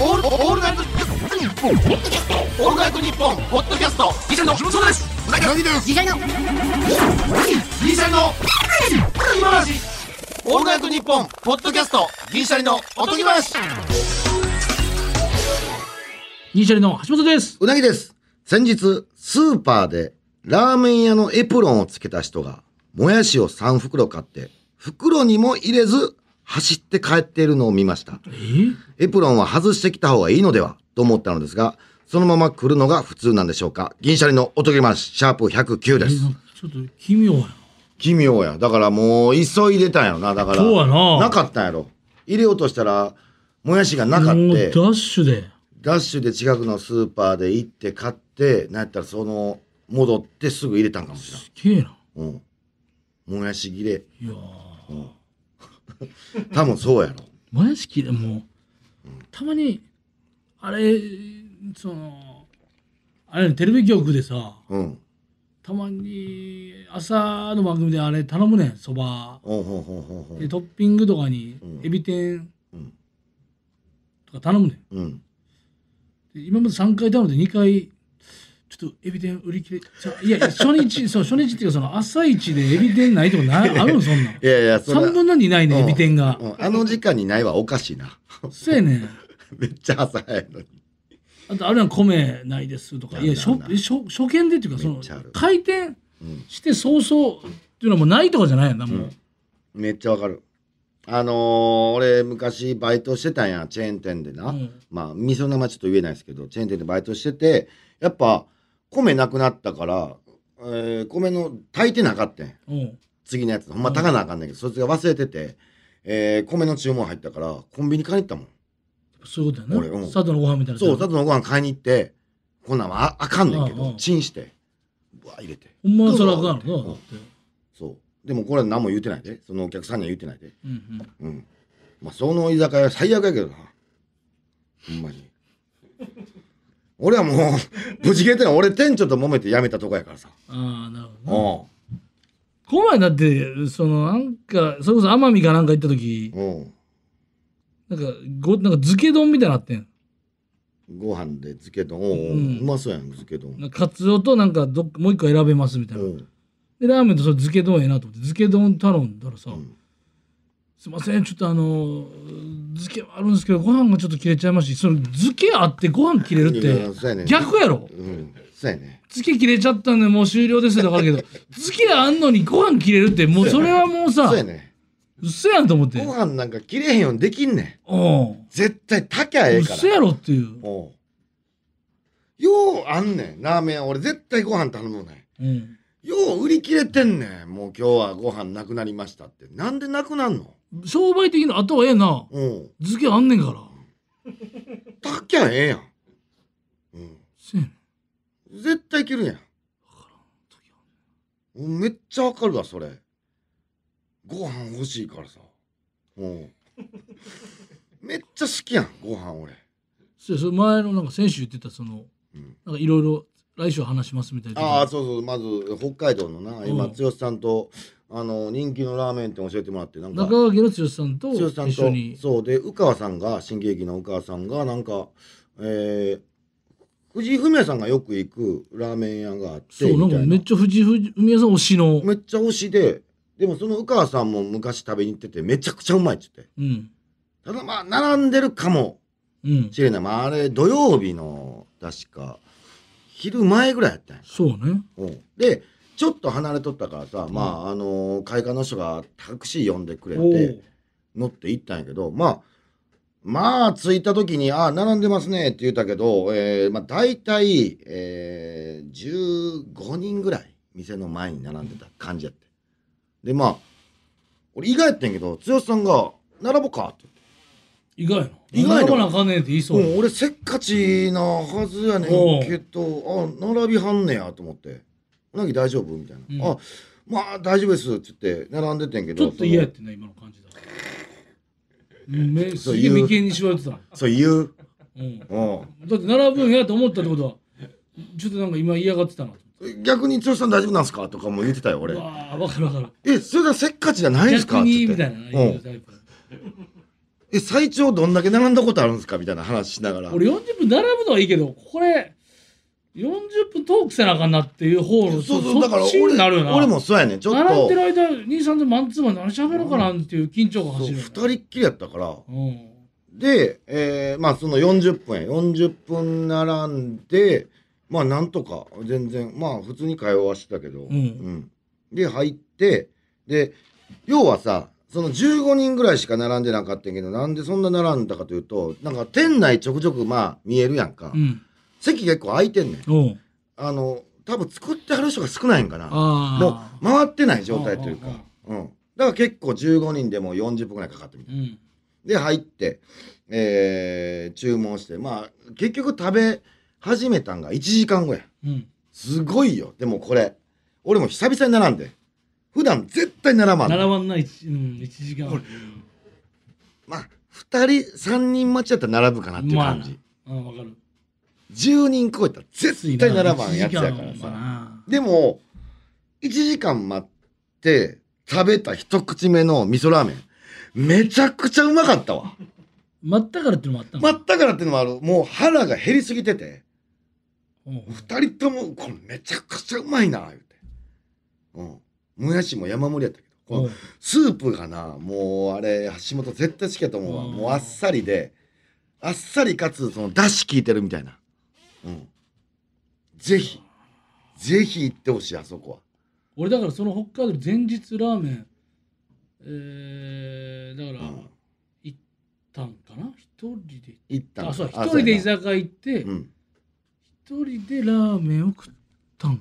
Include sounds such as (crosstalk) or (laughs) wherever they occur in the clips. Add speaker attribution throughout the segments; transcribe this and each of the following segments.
Speaker 1: オールオールナイトニッポンオールナイトニッポンポッドキャストギシャリの木本壮ですうなぎの
Speaker 2: ギシャリの
Speaker 1: ギシャリの今話オールナイトニッポンポッドキャストギシャリのおとぎ話
Speaker 3: ギシャリの橋本です。
Speaker 4: うなぎです。先日、スーパーで、ラーメン屋のエプロンをつけた人が、もやしを3袋買って、袋にも入れず、走って帰っているのを見ました。エプロンは外してきた方がいいのではと思ったのですが、そのまま来るのが普通なんでしょうか。銀シャリのおとぎまシャープ109
Speaker 3: え
Speaker 4: で
Speaker 3: ー
Speaker 4: す
Speaker 3: な。んかちょっと奇妙やな。
Speaker 4: 奇妙や。だからもう、急いでたんやろな。だから。
Speaker 3: そうやな
Speaker 4: なかったんやろ。入れようとしたら、もやしがなかった。
Speaker 3: もうダッシュで。
Speaker 4: ダッシュで近くのスーパーで行って買って、なんやったらその、戻ってすぐ入れたんかもし
Speaker 3: すげえな。
Speaker 4: れん。うん。もやし切れ。
Speaker 3: いやー
Speaker 4: 多分そうやろ。
Speaker 3: もやしきでも、たまに、あれ、その、あれ、テレビ局でさ、
Speaker 4: うん。
Speaker 3: たまに朝の番組であれ頼むねん、そば。
Speaker 4: ほんほんほんほんほ
Speaker 3: で、
Speaker 4: ん。
Speaker 3: トッピングとかに
Speaker 4: う、ん
Speaker 3: エビ天
Speaker 4: うん
Speaker 3: とか頼むねん。
Speaker 4: うん。
Speaker 3: で今まで3回頼んで2回ちょっとエビ天売り切れちゃいやいや初日そう初日っていうかその朝一でエビ天ないとかなあるんそんなん
Speaker 4: いやいや、それは
Speaker 3: 3分の2ないね
Speaker 4: う
Speaker 3: エ
Speaker 4: ん
Speaker 3: ビ天が
Speaker 4: うんあの時間にないはおかしいな。
Speaker 3: そうやねん
Speaker 4: (laughs) めっちゃ朝早いのに。
Speaker 3: あとあるやん米ないですとか
Speaker 4: なん
Speaker 3: い
Speaker 4: だ
Speaker 3: やしょ
Speaker 4: なんだ
Speaker 3: しょ初見でっていうかそ
Speaker 4: め
Speaker 3: の
Speaker 4: っちゃある
Speaker 3: 回転
Speaker 4: うん
Speaker 3: して早々っていうのはもうないとかじゃないやんなもう、
Speaker 4: うんめっちゃわかる。あのー俺昔バイトしてたんや、チェーン店でな。
Speaker 3: うん
Speaker 4: まあ、店の名前ちょっと言えないですけど、チェーン店でバイトしてて、やっぱ、米なくなったから、えー米の炊いてなかったん。
Speaker 3: うん
Speaker 4: 次のやつ。ほんま炊かなあかんねんけど、そいつが忘れてて、えー米の注文入ったから、コンビニ買いに行ったもん。
Speaker 3: そういうことや
Speaker 4: 俺う
Speaker 3: ね
Speaker 4: ん
Speaker 3: 佐藤のご飯みたいな
Speaker 4: そう、佐藤のご飯買いに行って、こんなんはああかんねんけ
Speaker 3: うんう
Speaker 4: ど
Speaker 3: ん、
Speaker 4: チンして、うわ、入れて。
Speaker 3: ほんまはそれはあか
Speaker 4: ど
Speaker 3: んの
Speaker 4: う
Speaker 3: な
Speaker 4: ぞ
Speaker 3: だ
Speaker 4: っ
Speaker 3: って
Speaker 4: そ
Speaker 3: て
Speaker 4: う。でもこれは何も言うてないで。そのお客さんには言うてないで。
Speaker 3: うんうん
Speaker 4: うん。まあ、その居酒屋最悪やけどな。ほんまに。俺はもう、 (laughs) ぶち切れてない。俺店長と揉めて辞めたとこやからさ。
Speaker 3: ああなるほどな
Speaker 4: お
Speaker 3: この前だってそのなんかそれこそ奄美かなんか行った時
Speaker 4: うん。うん。
Speaker 3: なんかごなんか漬け丼みたいなのあってん
Speaker 4: ご飯で漬け丼。おうおう
Speaker 3: うん
Speaker 4: うまそうやん、漬け丼。
Speaker 3: なんかカツオとなんかどっかもう一個選べますみたいな、
Speaker 4: うん。
Speaker 3: でラーメンとそれ漬け丼ええなと思って漬け丼頼んだらさ、
Speaker 4: ん
Speaker 3: すいませんちょっとあの漬けはあるんですけどご飯がちょっと切れちゃいましてその漬けあってご飯切れるっ
Speaker 4: いやそうや
Speaker 3: て
Speaker 4: ねん
Speaker 3: 逆やろ
Speaker 4: うん。そうやね。
Speaker 3: 漬け切れちゃったんでもう終了ですって分かるけど (laughs) 漬けあんのにご飯切れるってもうそれはもうさ
Speaker 4: そうやね。
Speaker 3: 嘘やんと思って
Speaker 4: ご飯なんか切れへんようにできんねん。
Speaker 3: うん
Speaker 4: 絶対炊きゃええから。
Speaker 3: 嘘やろっていう、
Speaker 4: おうようあんねん。ラーメン屋俺絶対ご飯頼むねん。
Speaker 3: うん、
Speaker 4: よう売り切れてんねん。もう今日はご飯なくなりましたって。なんでなくなんの
Speaker 3: 商売的なあとはええな
Speaker 4: うん。
Speaker 3: 漬けあんねんから
Speaker 4: 炊きゃええやん。う
Speaker 3: せやねん
Speaker 4: ん。絶対いけるやん。うんめっちゃわかるわ、それ。ご飯欲しいからさ。うん。めっちゃ好きやん、ご飯俺。
Speaker 3: そうそれ前のなんか先週言ってたその、
Speaker 4: うん
Speaker 3: なんかいろいろ来週話しますみたいな
Speaker 4: ああ、そうそう。まず、北海道のな、今、
Speaker 3: うん
Speaker 4: 剛さんと、あの、人気のラーメン店教えてもらって、なんか。
Speaker 3: 中川家の剛さんと
Speaker 4: 剛さん
Speaker 3: 一
Speaker 4: と
Speaker 3: 緒に
Speaker 4: そうで宇川さんが新喜劇の宇川さんがなんか、えー、藤井フミヤさんがよく行くラーメン屋があって
Speaker 3: そうなん
Speaker 4: み
Speaker 3: か
Speaker 4: たいな
Speaker 3: めっちゃ藤井文也さん推しの、
Speaker 4: めっちゃ推しででもその宇川さんも昔食べに行っててめちゃくちゃうまいっつって
Speaker 3: うん
Speaker 4: ただまあ並んでるかも
Speaker 3: うん、
Speaker 4: しれない、まあ、あれ土曜日の確か昼前ぐらいやったんや
Speaker 3: そうね
Speaker 4: うんでちょっと離れとったからさ、まああのー会館の人がタクシー呼んでくれ
Speaker 3: お
Speaker 4: て
Speaker 3: う
Speaker 4: 乗って行ったんやけど、まあ、まあ、着いた時に、ああ、並んでますねって言ったけど、えー、まあ、大体、えー、15人ぐらい、店の前に並んでた感じやって。で、まあ、俺、意外やってんけど、剛さんが、並ぼうかって
Speaker 3: 意外な
Speaker 4: 意外な
Speaker 3: 並ばなあかんねんって言いそう
Speaker 4: 言っ
Speaker 3: な、
Speaker 4: て。うん、俺、せっかちなはずやねんけど、あ並びはんねやと思って、うなぎ大丈夫みたいな。
Speaker 3: うん
Speaker 4: あまあ、大丈夫ですって言って、並んでてんけ
Speaker 3: ち
Speaker 4: ど、
Speaker 3: ょっと嫌やっ
Speaker 4: その
Speaker 3: てね今の感じだうんめ
Speaker 4: そ
Speaker 3: す
Speaker 4: う
Speaker 3: げえ
Speaker 4: いう
Speaker 3: 眉間にしわれてた、
Speaker 4: そう言う。
Speaker 3: うん、だ
Speaker 4: うん。
Speaker 3: って並ぶんやと思ったってことはちょっとなんか今嫌がってたなと
Speaker 4: 逆に剛さん大丈夫なんすかとかも言ってたよ俺
Speaker 3: うわあ分かる分かる
Speaker 4: えそれがせっかちじゃないんすか
Speaker 3: 逆に
Speaker 4: って
Speaker 3: み
Speaker 4: 言
Speaker 3: た
Speaker 4: っ
Speaker 3: い
Speaker 4: て
Speaker 3: な、ね、タイプ
Speaker 4: え、最長どんだけ並んだことあるんですかみたいな話しながら。
Speaker 3: 俺40分並ぶのはいいけどこれ40分トークせなあかんなっていう方の
Speaker 4: そうそう、だから
Speaker 3: っちになるよ
Speaker 4: 俺
Speaker 3: な
Speaker 4: 俺もそうやねん。ちょっ
Speaker 3: 並ん
Speaker 4: と
Speaker 3: で、る間兄さんとマンツーマンで何喋ろうかなっていう緊張感
Speaker 4: そう
Speaker 3: 走
Speaker 4: 二
Speaker 3: るよな
Speaker 4: 人っきりやったから。
Speaker 3: うん
Speaker 4: で、えーまあその40分や。40分並んで、まあなんとか、全然、まあ普通に会話はしてたけど、
Speaker 3: ん
Speaker 4: うんで、入って、で、要はさ、その15人ぐらいしか並んでなかったんやけど、なんでそんな並んだかというと、なんか店内ちょくちょくまあ見えるやんか。
Speaker 3: うん
Speaker 4: 席結構空いてんねん。
Speaker 3: うん
Speaker 4: あの、多分作ってはる人が少ないんかな。も
Speaker 3: あ
Speaker 4: う回ってない状態というか
Speaker 3: あああ、
Speaker 4: うん。だから結構15人でもう40分ぐらいかかってみ
Speaker 3: あ
Speaker 4: た
Speaker 3: う
Speaker 4: い。
Speaker 3: ん
Speaker 4: で、入って、えー注文して、まあ、結局食べ始めたんが1時間後や。
Speaker 3: うん
Speaker 4: すごいよ。でもこれ、俺も久々に並んで。普段絶対並ばんの。
Speaker 3: 並ばんない一うん一時間
Speaker 4: まあ、2人、3人待ちだったら並ぶかなっていう
Speaker 3: まあ
Speaker 4: 感
Speaker 3: な
Speaker 4: じ。
Speaker 3: うんわかる
Speaker 4: 10人超えたら絶対並ばんやつやから
Speaker 3: 一時間
Speaker 4: さ
Speaker 3: か。な
Speaker 4: でも、1時間待って食べた一口目の味噌ラーメン、めちゃくちゃうまかったわ。
Speaker 3: 待ったからっていうのもあったの
Speaker 4: 待ったからってのもある、もう腹が減りすぎてて、
Speaker 3: うん
Speaker 4: 二人とも、これめちゃくちゃうまいな、言うて。うん。もやしも山盛りやったけど、この
Speaker 3: うん
Speaker 4: スープがな、もうあれ、橋本絶対好きやと思うわ。
Speaker 3: うん
Speaker 4: もうあっさりで、あっさりかつ、その、だし効いてるみたいな。うん。ぜひ、ぜひ行ってほしい、あそこは。
Speaker 3: 俺だからその北海道前日ラーメンえー、だから
Speaker 4: うん
Speaker 3: 行ったんかな一人で
Speaker 4: 行ったん
Speaker 3: あそう一人で居
Speaker 4: や
Speaker 3: 酒屋行って
Speaker 4: なうん。
Speaker 3: 一人でラーメンを食ったん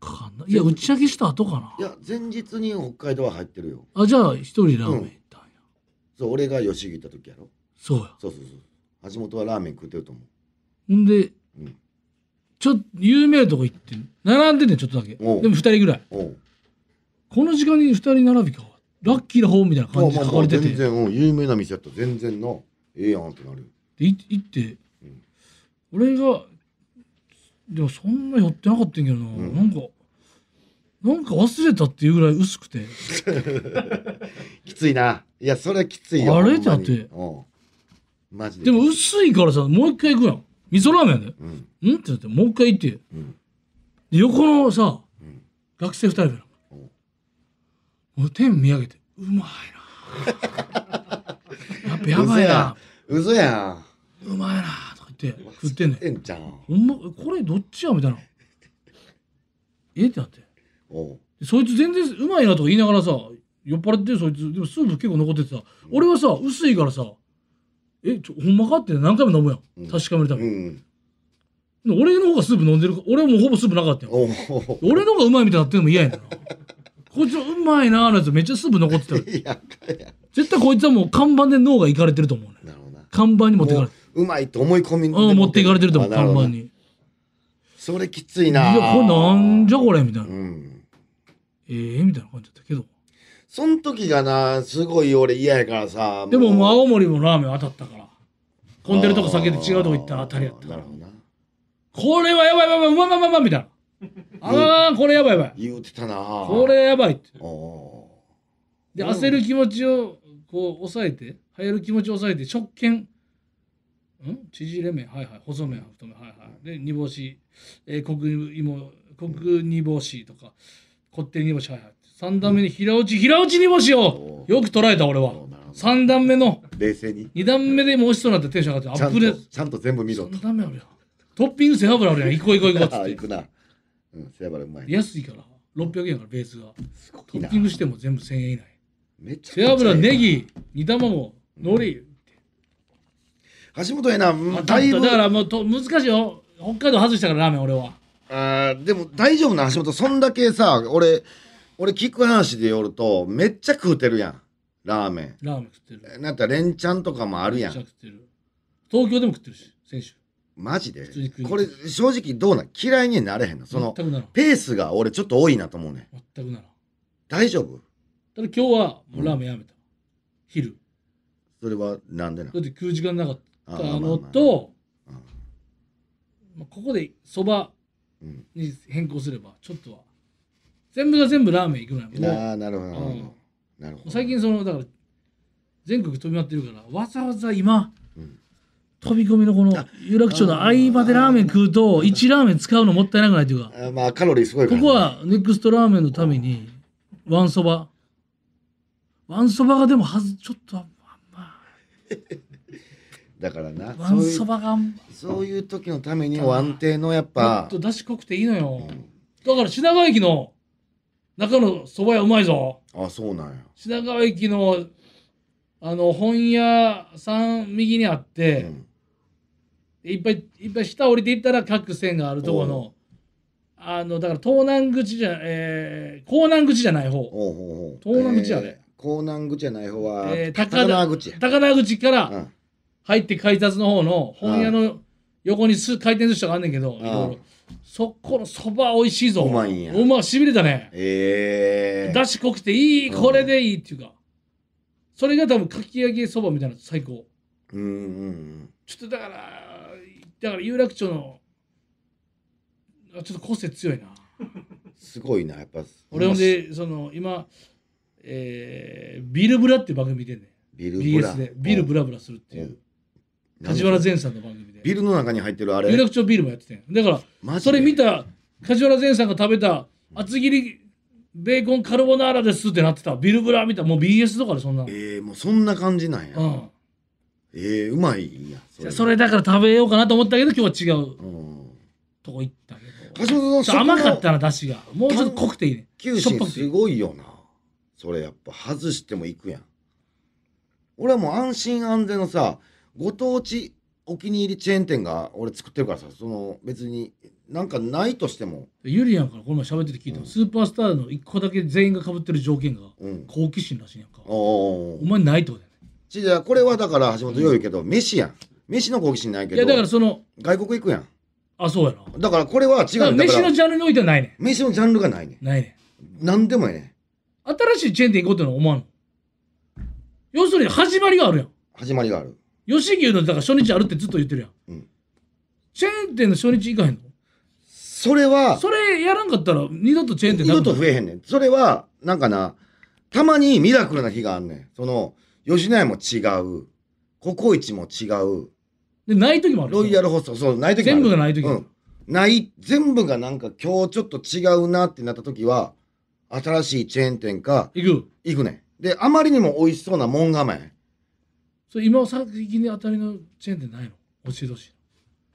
Speaker 3: かないや打ち上げした後か
Speaker 4: い
Speaker 3: な
Speaker 4: や、前日に北海道は入ってるよ。
Speaker 3: あじゃあ一人でラーメン行ったんや、
Speaker 4: そう、俺が吉木行った時やろ。
Speaker 3: そうや
Speaker 4: そうそうそう。橋本はラーメン食ってると思
Speaker 3: ほんで
Speaker 4: う。うん。
Speaker 3: ちょっと有名なとこ行って並んでんねんちょっとだけで
Speaker 4: お
Speaker 3: も
Speaker 4: う
Speaker 3: 2人ぐらい
Speaker 4: おう。
Speaker 3: この時間に2人並びかラッキーな方みたいな感じで書かれてて
Speaker 4: 全然、うん、有名な店やったら全然な。ええやんってなる。
Speaker 3: でい行って、
Speaker 4: うん
Speaker 3: 俺がでもそんな寄ってなかったんやけどな、
Speaker 4: ん
Speaker 3: なんかなんか忘れたっていうぐらい薄くて
Speaker 4: きついな。いや、それはきついよ。
Speaker 3: あれ
Speaker 4: ほんまに
Speaker 3: だって
Speaker 4: うん。マジで。
Speaker 3: でも、薄いからさもう一回行くやん味噌ラーメンやで、
Speaker 4: うん。
Speaker 3: うんってなってもう一回行って
Speaker 4: うん。
Speaker 3: で横のさ
Speaker 4: うん。
Speaker 3: 学生二人やな
Speaker 4: おう
Speaker 3: もう天見上げてう
Speaker 4: (laughs)
Speaker 3: まいなやっぱやばいな
Speaker 4: 嘘やん。
Speaker 3: うまいなとか言って食ってんねん
Speaker 4: えんちゃん。
Speaker 3: ほんまこれどっちやみたいなえってなって
Speaker 4: おう。
Speaker 3: でそいつ全然うまいなとか言いながらさ酔っ払ってるそいつでもスープ結構残っててさ俺はさ薄いからさえちょほんまかって何回も飲むやん、
Speaker 4: うん
Speaker 3: 確かめるた
Speaker 4: う
Speaker 3: めに、
Speaker 4: ん。
Speaker 3: で俺の方がスープ飲んでるか俺はもうほぼスープなかったよ
Speaker 4: おう。
Speaker 3: 俺の方がうまいみたいになってるのも嫌やねんなこいつうまいなーのやつめっちゃスープ残ってたよ
Speaker 4: いや、かや。
Speaker 3: 絶対こいつはもう看板で脳がいかれてると思うね
Speaker 4: なるほどな。
Speaker 3: 看板に持っていか
Speaker 4: も
Speaker 3: れ
Speaker 4: う
Speaker 3: て
Speaker 4: うまいと思い込みで
Speaker 3: うん持っていかれてると思
Speaker 4: あ
Speaker 3: う
Speaker 4: なるほ
Speaker 3: 看
Speaker 4: ど
Speaker 3: 板
Speaker 4: な
Speaker 3: にい
Speaker 4: それきつい
Speaker 3: や
Speaker 4: な。
Speaker 3: これなんじゃこれみたいな、
Speaker 4: うん。
Speaker 3: ええみたいな感じだったけど
Speaker 4: そん時がな、すごい俺嫌やからさ。
Speaker 3: でももう
Speaker 4: う
Speaker 3: 青森もラーメン当たったから混んでるとこ避けて違うとこ行ったら当たりやった
Speaker 4: なるほどな。
Speaker 3: これはやばいやばいやばいうまいうまいうまいうまみたいなああこれやばいやばい
Speaker 4: 言うてたな。
Speaker 3: こ。れやばいって
Speaker 4: おお
Speaker 3: で
Speaker 4: うん
Speaker 3: 焦る気持ちをこう抑えて流行る気持ちを抑えて食券ん縮れ麺はいはい細麺太麺はいはいで煮干し、えー、黒芋黒煮干しとかこってり煮干しはいはい3段目に平打ち平打ち煮干しを
Speaker 4: お
Speaker 3: よく捉えた俺は
Speaker 4: おなるほど
Speaker 3: 3段目の
Speaker 4: 冷静に。
Speaker 3: 2段目でもう一つとなってテンション上がって
Speaker 4: ちゃ
Speaker 3: アッ
Speaker 4: ん
Speaker 3: プで
Speaker 4: と、ちゃんと全部見ろ
Speaker 3: そん
Speaker 4: と
Speaker 3: な。ダメあるやん。トッピング背脂あるやん。行こう行こう行こう
Speaker 4: あ
Speaker 3: っ
Speaker 4: あ
Speaker 3: つっ
Speaker 4: 行
Speaker 3: て。
Speaker 4: くな。うん、背脂うまいな。
Speaker 3: 安いから。600円からベースが。
Speaker 4: すご
Speaker 3: ト
Speaker 4: いな
Speaker 3: ッピングしても全部1000円以内。
Speaker 4: めっちゃくち
Speaker 3: 背
Speaker 4: ゃ
Speaker 3: 脂、ネ
Speaker 4: ねぎ
Speaker 3: ギ、煮卵、海苔。
Speaker 4: 橋本ええな、うん
Speaker 3: まあ
Speaker 4: だいぶ。
Speaker 3: だからもうと難しいよ。北海道外したからラーメン俺は。
Speaker 4: あーでも大丈夫な橋本、そんだけさ、俺、俺聞く話でよると、めっちゃ食うてるやん。ラーメン。
Speaker 3: ラーメン食ってる。
Speaker 4: なんやったらレンチャンとかもあるや
Speaker 3: め
Speaker 4: ん
Speaker 3: っちゃ。食ってる。東京でも食ってるし、先週。
Speaker 4: マジで
Speaker 3: 通に食い
Speaker 4: これ正直どうなん嫌いにはなれへんのそ
Speaker 3: 全
Speaker 4: の
Speaker 3: くならん。
Speaker 4: ペースが俺ちょっと多いなと思うねん
Speaker 3: 全くならん。
Speaker 4: 大丈夫
Speaker 3: ただ今日はもうラーメンやめた。昼。
Speaker 4: それはなんでな
Speaker 3: だって食う時間なかった
Speaker 4: あまあ
Speaker 3: の
Speaker 4: まあ
Speaker 3: と、
Speaker 4: うん
Speaker 3: まあここでそば
Speaker 4: うん
Speaker 3: に変更すればちょっとは全部が全部ラーメン行くのよもう
Speaker 4: ああなるほどなるほ
Speaker 3: うん
Speaker 4: どなるほど
Speaker 3: 最近そのだから全国飛び回ってるからわざわざ今、
Speaker 4: うん
Speaker 3: 飛び込みのこの有楽町の合間でラーメン食うと1ラーメン使うのもったいなくないというか
Speaker 4: あまあカロリーすごいから、
Speaker 3: ここはネクストラーメンのためにワンそばワンそばがでもはずちょっとあんま
Speaker 4: だからな
Speaker 3: ワン
Speaker 4: そうい
Speaker 3: そうばがあん
Speaker 4: そういう時のためには安定のやっぱ
Speaker 3: もっと出し濃くていいのよ、
Speaker 4: うん
Speaker 3: だから品川駅の中のそば屋うまいぞ
Speaker 4: あそうなんや
Speaker 3: 品川駅のあの本屋さん右にあって、
Speaker 4: うん
Speaker 3: いっぱいいっぱい下降りていったら各線があるところ
Speaker 4: お
Speaker 3: のあのだから東南口じゃ、えー、港南口じゃない方
Speaker 4: おうほうほう
Speaker 3: 東南口やで
Speaker 4: えー江南口じゃない方は、
Speaker 3: えー
Speaker 4: 高
Speaker 3: 田
Speaker 4: 輪口や
Speaker 3: 高輪口から、
Speaker 4: うん
Speaker 3: 入って改札の方の本屋の横にす回転寿司とかあんねんけど、いろいろそこのそば美味しいぞ
Speaker 4: うまいんや
Speaker 3: うましびれたね
Speaker 4: えー、
Speaker 3: だし濃くていい
Speaker 4: うん
Speaker 3: これでいいっていうかそれが多分かき揚げそばみたいなの最高
Speaker 4: うんうん
Speaker 3: ちょっとだからだから有楽町のあちょっと個性強いな
Speaker 4: うんすごいなやっぱ
Speaker 3: 俺ほんでその今、えービルブラっていう番組見てんね
Speaker 4: ビ
Speaker 3: ん
Speaker 4: ルブラ
Speaker 3: BS でビルブラブラするっていう
Speaker 4: 何
Speaker 3: 梶原善さんの番組で
Speaker 4: ビルの中に入ってるあ
Speaker 3: 有
Speaker 4: れ
Speaker 3: 楽町ビールもやっててだから
Speaker 4: マジで
Speaker 3: それ見た梶原善さんが食べた厚切りベーコンカルボナーラですってなってたビルブラ見たもう BS とかでそんなの
Speaker 4: えー、もうそんな感じなんや、
Speaker 3: うん
Speaker 4: えー、うまいんやそ
Speaker 3: じゃあそれだから食べようかなと思ったけど今日は違う
Speaker 4: うん
Speaker 3: とこ行ったけど
Speaker 4: 橋本
Speaker 3: ち
Speaker 4: さ
Speaker 3: ょっと
Speaker 4: ん
Speaker 3: 甘かっ
Speaker 4: 食の
Speaker 3: たな出汁がもうちょっと濃くていいね
Speaker 4: 九
Speaker 3: しょっぱ
Speaker 4: 州
Speaker 3: くて
Speaker 4: すごいよなそれやっぱ外しても行くやん俺はもう安心安全のさご当地お気に入りチェーン店が俺作ってるからさその別になんかないとしても
Speaker 3: ゆりやんからこの前喋ってて聞いた
Speaker 4: う
Speaker 3: の、
Speaker 4: ん
Speaker 3: スーパースターの一個だけ全員が被ってる条件が
Speaker 4: うん
Speaker 3: 好奇心らしいやんか
Speaker 4: おお
Speaker 3: お前ないってことだよね
Speaker 4: ちじゃあこれはだから橋本よいけど、飯やん飯の好奇心ないけ
Speaker 3: い
Speaker 4: ど
Speaker 3: やだからその
Speaker 4: 外国行くやん
Speaker 3: あそうやな
Speaker 4: だからこれは違う
Speaker 3: だから
Speaker 4: んだか
Speaker 3: 飯
Speaker 4: ら
Speaker 3: のジャンルにおいてはないね
Speaker 4: 飯のジャンルがないね
Speaker 3: んないねん
Speaker 4: ん何でもやねん
Speaker 3: 新しいチェーン店行こうってのは思わんの要するに始まりがあるやん
Speaker 4: 始まりがある
Speaker 3: 吉牛のだから初日あるってずっと言ってるやん、
Speaker 4: うん
Speaker 3: チェーン店の初日行かへんの
Speaker 4: それは
Speaker 3: それやらんかったら二度とチェーン店
Speaker 4: 二
Speaker 3: な
Speaker 4: 度
Speaker 3: くな
Speaker 4: と
Speaker 3: る
Speaker 4: 増えへんねんそれはなんかなたまにミラクルな日があんねんその吉野家も違うココイチも違う
Speaker 3: でない時もある
Speaker 4: ロイヤルホストそうない時もある
Speaker 3: 全部がない時もあ
Speaker 4: う
Speaker 3: る
Speaker 4: んない全部がなんか今日ちょっと違うなってなった時は新しいチェーン店か
Speaker 3: 行く
Speaker 4: 行くねんであまりにも美味しそうなもんがめ
Speaker 3: それ今先に当たりのチェーン店ないの教えてほしい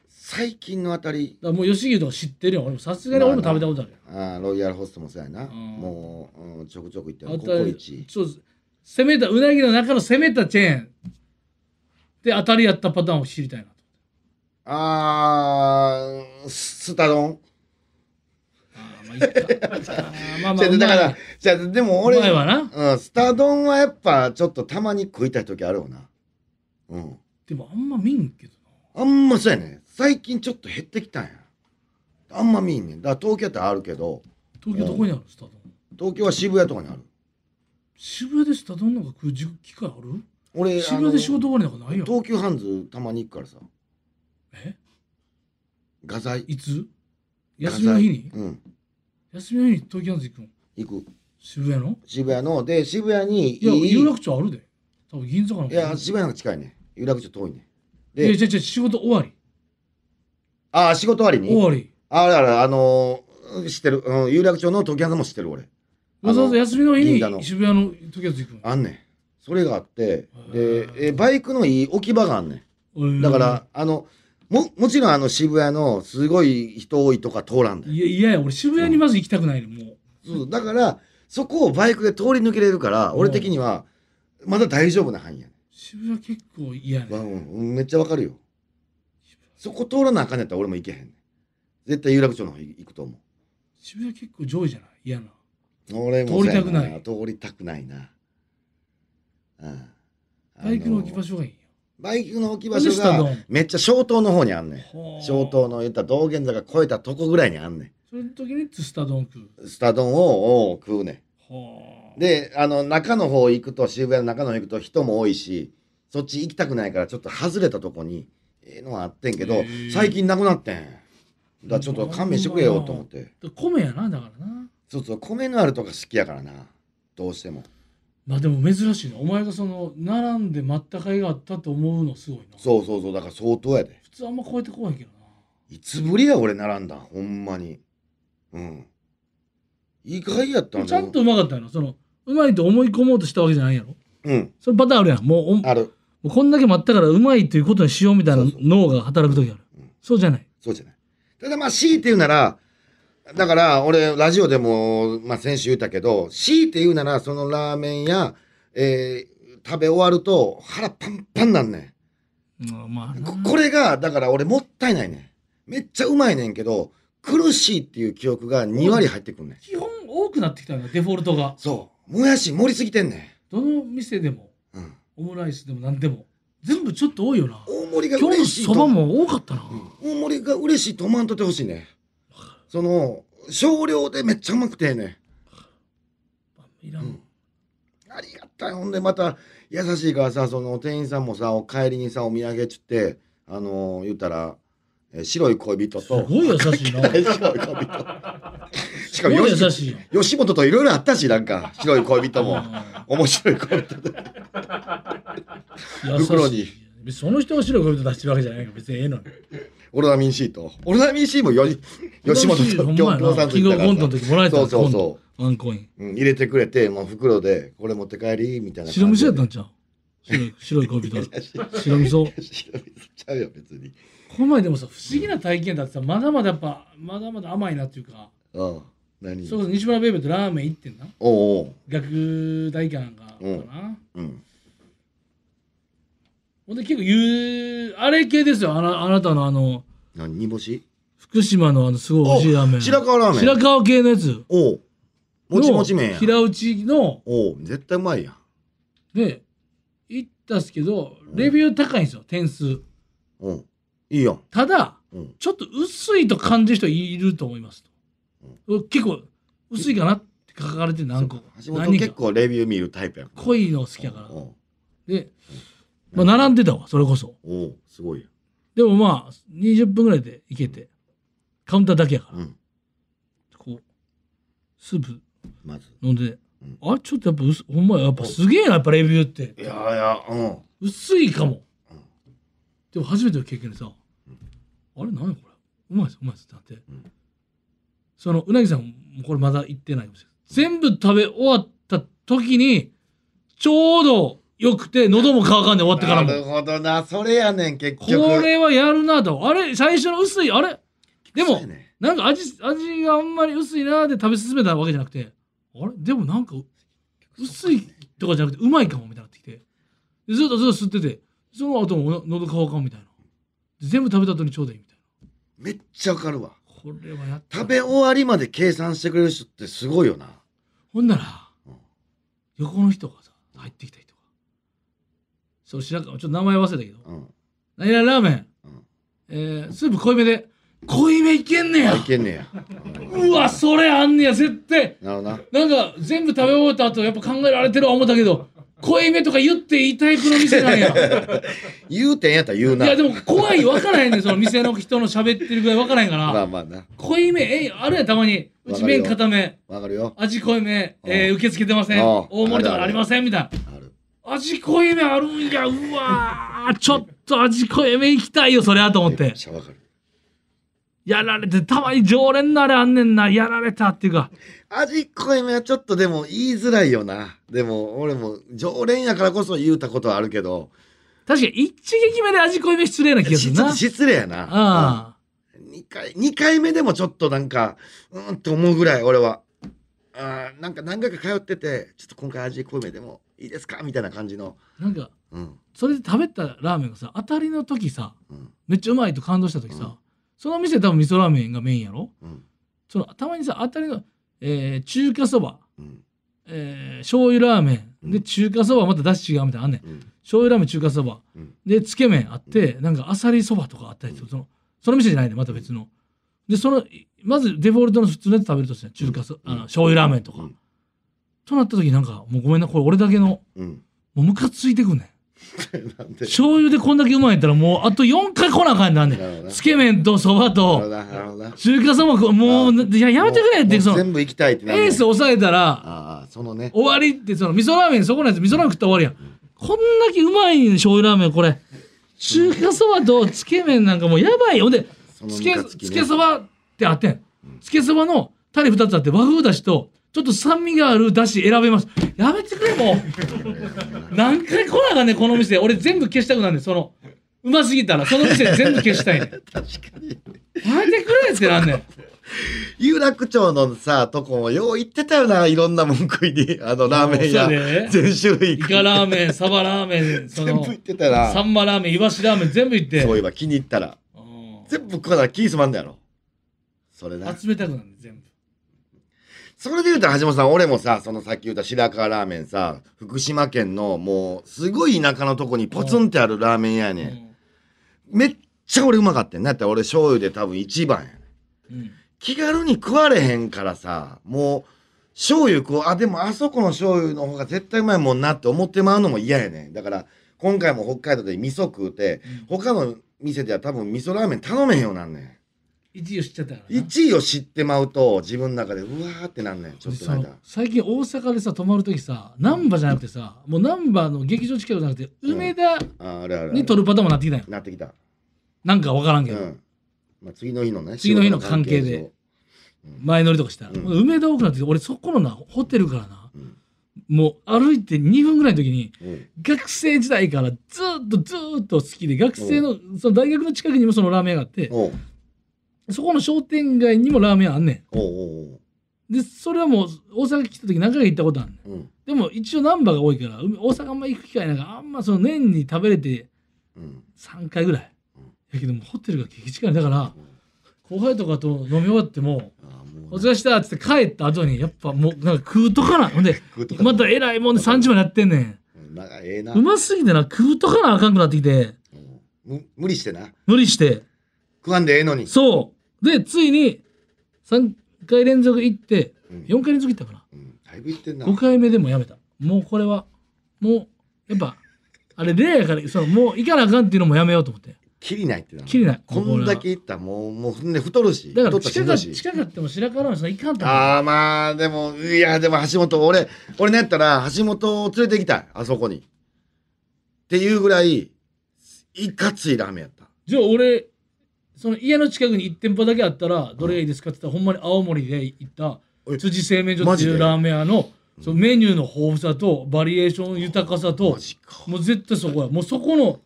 Speaker 4: 最近のあたり
Speaker 3: だからもう吉牛とか知ってるやん俺もさすがに俺も食べたことある
Speaker 4: あーロイヤルホストもそうやな、
Speaker 3: ん
Speaker 4: もう、うんちょくちょく行って
Speaker 3: やん、
Speaker 4: る
Speaker 3: 当
Speaker 4: コ
Speaker 3: たり
Speaker 4: コイチ
Speaker 3: そう攻めたうなぎの中の攻めたチェーンで当たりやったパターンを知りたいなと
Speaker 4: あーススタ丼
Speaker 3: あーまあいいかあーまあま
Speaker 4: じ
Speaker 3: あ
Speaker 4: ゃあ
Speaker 3: うま
Speaker 4: (laughs) だ
Speaker 3: い
Speaker 4: からじゃあでも
Speaker 3: 俺
Speaker 4: 俺
Speaker 3: 前はな
Speaker 4: うん、スタ丼はやっぱちょっとたまに食いたい時あるよなうん
Speaker 3: でもあんま見んけどな
Speaker 4: あんまそうやね最近ちょっと減ってきたんやあんま見んねんだから東京やったらあるけど
Speaker 3: 東京どこにあるスタ丼
Speaker 4: 東京は渋谷とかにある
Speaker 3: 渋谷でスタ丼なんか食う時機会ある
Speaker 4: 俺
Speaker 3: 渋谷で仕事
Speaker 4: あ
Speaker 3: 終わりなんかな
Speaker 4: の
Speaker 3: いよ
Speaker 4: 東急ハンズたまに行くからさ
Speaker 3: え
Speaker 4: 画材
Speaker 3: いつ休みの日に
Speaker 4: 画材うん
Speaker 3: 休みの日に東京ハンズ行くの
Speaker 4: 行く
Speaker 3: 渋谷の
Speaker 4: 渋谷ので渋谷に
Speaker 3: いや
Speaker 4: いい
Speaker 3: 有楽町あるで多分銀座かなん
Speaker 4: い
Speaker 3: か
Speaker 4: や渋谷の方が近いね有楽町遠いね
Speaker 3: いや
Speaker 4: で
Speaker 3: 違う違う仕事終わり
Speaker 4: ああ仕事終わり
Speaker 3: 終
Speaker 4: に
Speaker 3: わり
Speaker 4: あらあらあのー知ってる、うん、有楽町の時計さんも知ってる俺
Speaker 3: わざわざ休みの日
Speaker 4: 銀座の
Speaker 3: に渋谷の東京ハンズ行く
Speaker 4: あんねんそれがあって
Speaker 3: へ
Speaker 4: で
Speaker 3: ー
Speaker 4: えバイクのいい置き場があんねん
Speaker 3: の
Speaker 4: だからあのももちろんあの渋谷のすごい人多いとか通らん
Speaker 3: え
Speaker 4: だ
Speaker 3: ー
Speaker 4: よ
Speaker 3: いやいやいや俺渋谷にまず行きたくないのもう
Speaker 4: そうだからそこをバイクで通り抜けれるから俺的にはまだ大丈夫な範囲やね
Speaker 3: 渋谷結構嫌
Speaker 4: んわ
Speaker 3: ね
Speaker 4: うんめっちゃわかるよそこ通らなあかんねやったら俺も行けへんねん絶対有楽町の方行くと思う
Speaker 3: 渋谷結構上位じゃない嫌な
Speaker 4: 俺もそうや
Speaker 3: 通りたくない
Speaker 4: 通りたくないな、うん、
Speaker 3: バイクの置き場
Speaker 4: 所
Speaker 3: 所がいいよ
Speaker 4: バイクの置き場
Speaker 3: 何で
Speaker 4: 所
Speaker 3: スタ
Speaker 4: が
Speaker 3: 丼
Speaker 4: めっちゃ小島の方にあんねん
Speaker 3: はあ
Speaker 4: 小島の言った道玄坂越えたとこぐらいにあんね
Speaker 3: それの時にスタ丼食うん
Speaker 4: スタ丼をを食うね
Speaker 3: は
Speaker 4: んであの中の方行くと渋谷の中の方行くと人も多いしそっち行きたくないからちょっと外れたとこにええのはあってんけ
Speaker 3: へ
Speaker 4: ど
Speaker 3: え
Speaker 4: 最近なくなってんだからちょっと勘弁してくれよと思って
Speaker 3: あ米やなだからな
Speaker 4: そうそう米のあるとか好きやからなどうしても
Speaker 3: まあでも珍しいなお前がその並んで待った甲斐があったと思うのすごいな
Speaker 4: そうそうそうだから相当やで
Speaker 3: 普通あんま超えてこないけどない
Speaker 4: つぶりや俺並んだんほんまにうん意外やっ
Speaker 3: で
Speaker 4: た
Speaker 3: も
Speaker 4: な
Speaker 3: ちゃんとうまかったよなそのうまいと思い込もうとしたわけじゃないやろ
Speaker 4: うん
Speaker 3: そのパターンあるやんもうおも
Speaker 4: ある
Speaker 3: うこんだけ待ったからうまいということにしようみたいな
Speaker 4: そうそう
Speaker 3: 脳が働く時ある
Speaker 4: うん
Speaker 3: そうじゃない
Speaker 4: そうじゃないただまあ強いて言うならだから俺ラジオでも、まあ、先週言ったけど強いて言うならそのラーメン屋、えー食べ終わると腹パンパンなんね
Speaker 3: うんまあ
Speaker 4: ん
Speaker 3: な
Speaker 4: ここれがだから俺もったいないねんめっちゃうまいねんけど苦しいっていう記憶が2割入ってくんねん
Speaker 3: 基本多くなってきたんだデフォルトが
Speaker 4: そうもやし盛りすぎてんね
Speaker 3: どの店でも
Speaker 4: ん、うん、
Speaker 3: オムライスでも何でも全部ちょっと多いよな
Speaker 4: 大盛りが
Speaker 3: 今日
Speaker 4: 嬉
Speaker 3: の
Speaker 4: しい
Speaker 3: そばも多かったな、
Speaker 4: 大盛りが嬉しいと思わんとってほしいねその少量でめっちゃうまくてええねん
Speaker 3: いらん、
Speaker 4: うんありがたいほんでまた優しいからさその店員さんもさお帰りにさお土産っつってあのー言ったら、えー白い恋人と
Speaker 3: すごい優しい
Speaker 4: (laughs)
Speaker 3: な
Speaker 4: 白い恋人し
Speaker 3: す
Speaker 4: か
Speaker 3: ご
Speaker 4: も
Speaker 3: い優
Speaker 4: 吉
Speaker 3: しいよ
Speaker 4: 吉本といろいろあったしなんか白い恋人も
Speaker 3: あ
Speaker 4: 面白い恋人と
Speaker 3: ー優しい
Speaker 4: 袋に
Speaker 3: 別にその人が白い恋人出してるわけじゃないから別にええのに
Speaker 4: オロナミン C とオロナミン C もよじ吉本
Speaker 3: 嬉しいほ
Speaker 4: と
Speaker 3: んまや
Speaker 4: 共
Speaker 3: な
Speaker 4: 産
Speaker 3: キン
Speaker 4: 党
Speaker 3: グ
Speaker 4: だ
Speaker 3: オブ
Speaker 4: か
Speaker 3: コ
Speaker 4: ら
Speaker 3: ントの
Speaker 4: さ
Speaker 3: 時もらえた
Speaker 4: そうそうそう
Speaker 3: うワンコイン
Speaker 4: うん入れてくれてもう袋でこれ持って帰りみたいな感じで
Speaker 3: 白味噌やったんちゃう白い白い恋人白味噌
Speaker 4: 白味噌ちゃうよ別に
Speaker 3: この前でもさ不思議な体験だってさまだまだやっぱまだまだ甘いなっていうか
Speaker 4: うん何
Speaker 3: そうそう西村ベイベーとラーメン行ってんな
Speaker 4: おうおう
Speaker 3: 学大館がかな、
Speaker 4: うんうん
Speaker 3: ほんで結構言うあれ系ですよあなあなたのあの
Speaker 4: 何煮干し
Speaker 3: 福島のあのすごい美味しいラーメン
Speaker 4: 白川ラーメン
Speaker 3: 白川系のやつ
Speaker 4: おうもちもち麺
Speaker 3: の
Speaker 4: や
Speaker 3: 平打ちの
Speaker 4: おう絶対うまいやん
Speaker 3: で行ったっすけどレビュー高いんですよ点数
Speaker 4: おういいやん
Speaker 3: ただ
Speaker 4: うん
Speaker 3: ちょっと薄いと感じる人いると思いますと、結構薄いかなって書かれて何個か
Speaker 4: 橋本
Speaker 3: 何人
Speaker 4: 結
Speaker 3: か
Speaker 4: 構レビュー見るタイプやん
Speaker 3: 濃いの好きやから
Speaker 4: おう
Speaker 3: で、まあ、並んでたわそれこそ
Speaker 4: おうすごいやん
Speaker 3: でもまあ20分ぐらいで行けてカウンターだけやから、
Speaker 4: うん
Speaker 3: こうスープ
Speaker 4: まず
Speaker 3: 飲んで、
Speaker 4: うん
Speaker 3: あちょっとやっぱ薄ほんまややっぱすげえなやっぱレビューって
Speaker 4: いやいやうん
Speaker 3: 薄いかも、
Speaker 4: うん
Speaker 3: でも初めての経験でさ、あれ何やこれうまいですうまいですってなって、
Speaker 4: ん
Speaker 3: そのうなぎさんもこれまだ行ってないかもしれない全部食べ終わった時にちょうどよくて喉も乾かんで終わってから
Speaker 4: なる
Speaker 3: も
Speaker 4: ほどなそれやねん結
Speaker 3: こ
Speaker 4: 局
Speaker 3: れはやるなとあれ最初の薄いあれで
Speaker 4: そう
Speaker 3: も
Speaker 4: やね
Speaker 3: なんか味味があんまり薄いなーで食べ進めたわけじゃなくてあれでもなんか薄いとかじゃなくてうまいかもみたいになってきてでずっとずっと吸っててその後も喉乾かんみたいなで全部食べた後にちょうだいみたい
Speaker 4: めっちゃわかるわ
Speaker 3: なこれはやった
Speaker 4: 食べ終わりまで計算してくれる人ってすごいよな
Speaker 3: ほんなら
Speaker 4: うん
Speaker 3: 横の人がさ入ってきた人がそう白川ちょっと名前忘れたけど
Speaker 4: うん
Speaker 3: 「何々ラーメン
Speaker 4: うん」
Speaker 3: えースープ濃いめで濃いめいけんね
Speaker 4: あ
Speaker 3: や
Speaker 4: いけんねや
Speaker 3: うわそれあんねや絶対
Speaker 4: なるほどな
Speaker 3: なんか全部食べ終わった後やっぱ考えられてるは思ったけど濃いめとか言っていいタイプの店なんやい
Speaker 4: 言うてんやったら言うな
Speaker 3: やでも怖い分からへんねんその店の人の喋ってるぐらい分からへんか
Speaker 4: ま
Speaker 3: ら
Speaker 4: あまあな
Speaker 3: 濃いめえあるやんたまにうち麺固め
Speaker 4: わかるよ
Speaker 3: 味濃いめ、
Speaker 4: うん
Speaker 3: えー受け付けてません
Speaker 4: うん
Speaker 3: 大盛りとかありませんみたいな
Speaker 4: ある
Speaker 3: 味濃いめあるんやうわーちょっと味濃いめ行きたいよそれはと思っ
Speaker 4: め
Speaker 3: て
Speaker 4: っちゃわかる
Speaker 3: やられてたまに常連のあれあんねんなやられたっていうか
Speaker 4: 味濃いめはちょっとでも言いづらいよなでも俺も常連やからこそ言うたことはあるけど
Speaker 3: 確かに一撃目で味濃いめ失礼な気がす
Speaker 4: し
Speaker 3: る
Speaker 4: ちょっ
Speaker 3: な
Speaker 4: と失礼や
Speaker 3: あ
Speaker 4: な
Speaker 3: あ
Speaker 4: うん二回二回目でもちょっとなんかうーんと思うぐらい俺はあーなんか何回か通っててちょっと今回味濃いめでもいいですかみたいな感じの
Speaker 3: なんか
Speaker 4: うん
Speaker 3: それで食べたラーメンがさ当たりの時さ
Speaker 4: うん
Speaker 3: めっちゃうまいと感動した時さ、
Speaker 4: うん
Speaker 3: その店多分味噌ラーメンがメインやろ
Speaker 4: うん
Speaker 3: そのたまにさ当たりの、えー中華そば、
Speaker 4: うん
Speaker 3: えー醤油ラーメンで
Speaker 4: うん
Speaker 3: 中華そばまただし違うみたいなのあんねん
Speaker 4: うん
Speaker 3: 醤油ラーメン中華そば
Speaker 4: うん
Speaker 3: でつけ麺あって、なんかあさりそばとかあったりするそのその店じゃないねまた別のでそのまずデフォルトの普通のやつ食べるとして中華そ、
Speaker 4: うん
Speaker 3: あの醤油ラーメンとか、
Speaker 4: うん
Speaker 3: となった時なんかもうごめんなこれ俺だけの
Speaker 4: うん
Speaker 3: もうムカついてくんねん
Speaker 4: なんで
Speaker 3: 醤油でこんだけうまいんやったらもうあと4回来なあかんなんね
Speaker 4: なるほど
Speaker 3: ん
Speaker 4: な
Speaker 3: つけ麺とそ
Speaker 4: なる
Speaker 3: ば
Speaker 4: ほど
Speaker 3: と
Speaker 4: ななるほどな
Speaker 3: 中華そばもう
Speaker 4: あ
Speaker 3: いややめてくれって
Speaker 4: もう
Speaker 3: その
Speaker 4: 全部行きたいってなる
Speaker 3: エース抑えたら
Speaker 4: ああそのね
Speaker 3: 終わりってその味噌ラーメンそこなんです味噌ラーメン食ったら終わりやんこんだけうまいね醤油ラーメンこれ中華そばとつけ麺なんかもうやばいよほんで
Speaker 4: その
Speaker 3: つ
Speaker 4: ム
Speaker 3: け
Speaker 4: カつきね
Speaker 3: つけそばってあってんつけそばのタレ2つあって和風だしとちょっと酸味があるだし選べますやめてくれもう何回来なあかんねんこの店俺全部消したくなんねんそのうますぎたらその店全部消したいねん確かにやめてくれってなんねん
Speaker 4: (laughs) 有楽町のさとこもよう行ってたよないろんな文句にあのラーメン屋
Speaker 3: そうやで
Speaker 4: 全種類
Speaker 3: イカラーメンサバラーメンそ
Speaker 4: 全
Speaker 3: の
Speaker 4: 部行ってたら
Speaker 3: サンマラーメンイワシラーメン全部行って
Speaker 4: そういえば気に入ったら
Speaker 3: うん
Speaker 4: 全部食わならキースマンだやろそれな
Speaker 3: 集めたくなる全部
Speaker 4: それで言うと橋本さん俺もさそのさっき言った白川ラーメンさ福島県のもうすごい田舎のとこにポツンってあるラーメン屋やねん、めっちゃ俺うまかったんなって俺醤油で多分一番やねん
Speaker 3: うん
Speaker 4: 気軽に食われへんからさもう醤油こうあでもあそこの醤油の方が絶対うまいもんなって思ってまうのも嫌やねんだから今回も北海道で味噌食うて他の店では多分味噌ラーメン頼めへんようなんね
Speaker 3: 一位を知っちゃったか
Speaker 4: ん
Speaker 3: らな
Speaker 4: 1位を知ってまうと自分の中でうわーってなんねんちょっと
Speaker 3: そ
Speaker 4: なん
Speaker 3: の
Speaker 4: か
Speaker 3: 最近大阪でさ泊まる時さ難波じゃなくてさもう難波の劇場近くじゃなくて梅田
Speaker 4: ああるあるあ
Speaker 3: に撮るパターンもなってきたんよ
Speaker 4: なってきた
Speaker 3: なんか分からん
Speaker 4: う
Speaker 3: けど、
Speaker 4: ん、まあ、次の日のね
Speaker 3: 次の日の関係で
Speaker 4: 仕事の
Speaker 3: 前乗りとかしたら、
Speaker 4: うん
Speaker 3: 梅田多くなって俺そこのなホテルからな
Speaker 4: 関
Speaker 3: もう歩いて2分ぐらいの時に
Speaker 4: 係上うんうん
Speaker 3: 学生時代からずっとずっと好きで学生のその大学の近くにもそのラーメン屋があって
Speaker 4: おう
Speaker 3: そこの商店街にもラーメン屋あんね
Speaker 4: おうおうおうん
Speaker 3: でそれはもう大阪来た時何回か行ったことあるね
Speaker 4: う
Speaker 3: ん
Speaker 4: ん
Speaker 3: でも一応ナンバーが多いからう大阪あんま行く機会なんかあんまその年に食べれて
Speaker 4: うん
Speaker 3: 3回ぐらい
Speaker 4: うん
Speaker 3: やけどもうホテルが激近いだから後輩とかと飲み終わっても
Speaker 4: ああ
Speaker 3: 「
Speaker 4: も
Speaker 3: お
Speaker 4: う
Speaker 3: 疲れした」っつって帰った後にやっぱもうなんか食うとかなほんで
Speaker 4: 食うとかな
Speaker 3: (laughs) またえらいもんで3時までやってんねん
Speaker 4: うんなんかええな
Speaker 3: うますぎてな食うとかなあかんくなってきて
Speaker 4: うんむ無理してな
Speaker 3: 無理して
Speaker 4: 食わんでええのに
Speaker 3: そうでついに3回連続行って
Speaker 4: うん
Speaker 3: 4回連続行ったかな
Speaker 4: うんだいぶいってんな
Speaker 3: 5回目でもやめたもうこれはもうやっぱあれレアやからそのもう行かなあかんっていうのもやめようと思って
Speaker 4: きりないってな
Speaker 3: きりない
Speaker 4: こんだけいったらもうもうほんで太るし
Speaker 3: だか
Speaker 4: 太
Speaker 3: ら
Speaker 4: ったらしん
Speaker 3: 近
Speaker 4: どいし
Speaker 3: かっ近かっても白川の人行かんと思う
Speaker 4: ああまあでもいやでも橋本俺俺のやったら橋本を連れて行きたいあそこにっていうぐらいいかついラーメンやった
Speaker 3: じゃあ俺その家の近くに1店舗だけあったらどれがいいですかって言ったらほんまに青森で行った
Speaker 4: え
Speaker 3: 辻製麺所
Speaker 4: マ
Speaker 3: って
Speaker 4: ジ
Speaker 3: いう
Speaker 4: で
Speaker 3: ラーメン屋のそのメニューの豊富さとバリエーション豊かさと
Speaker 4: マジか
Speaker 3: もう絶対そこやもうそこの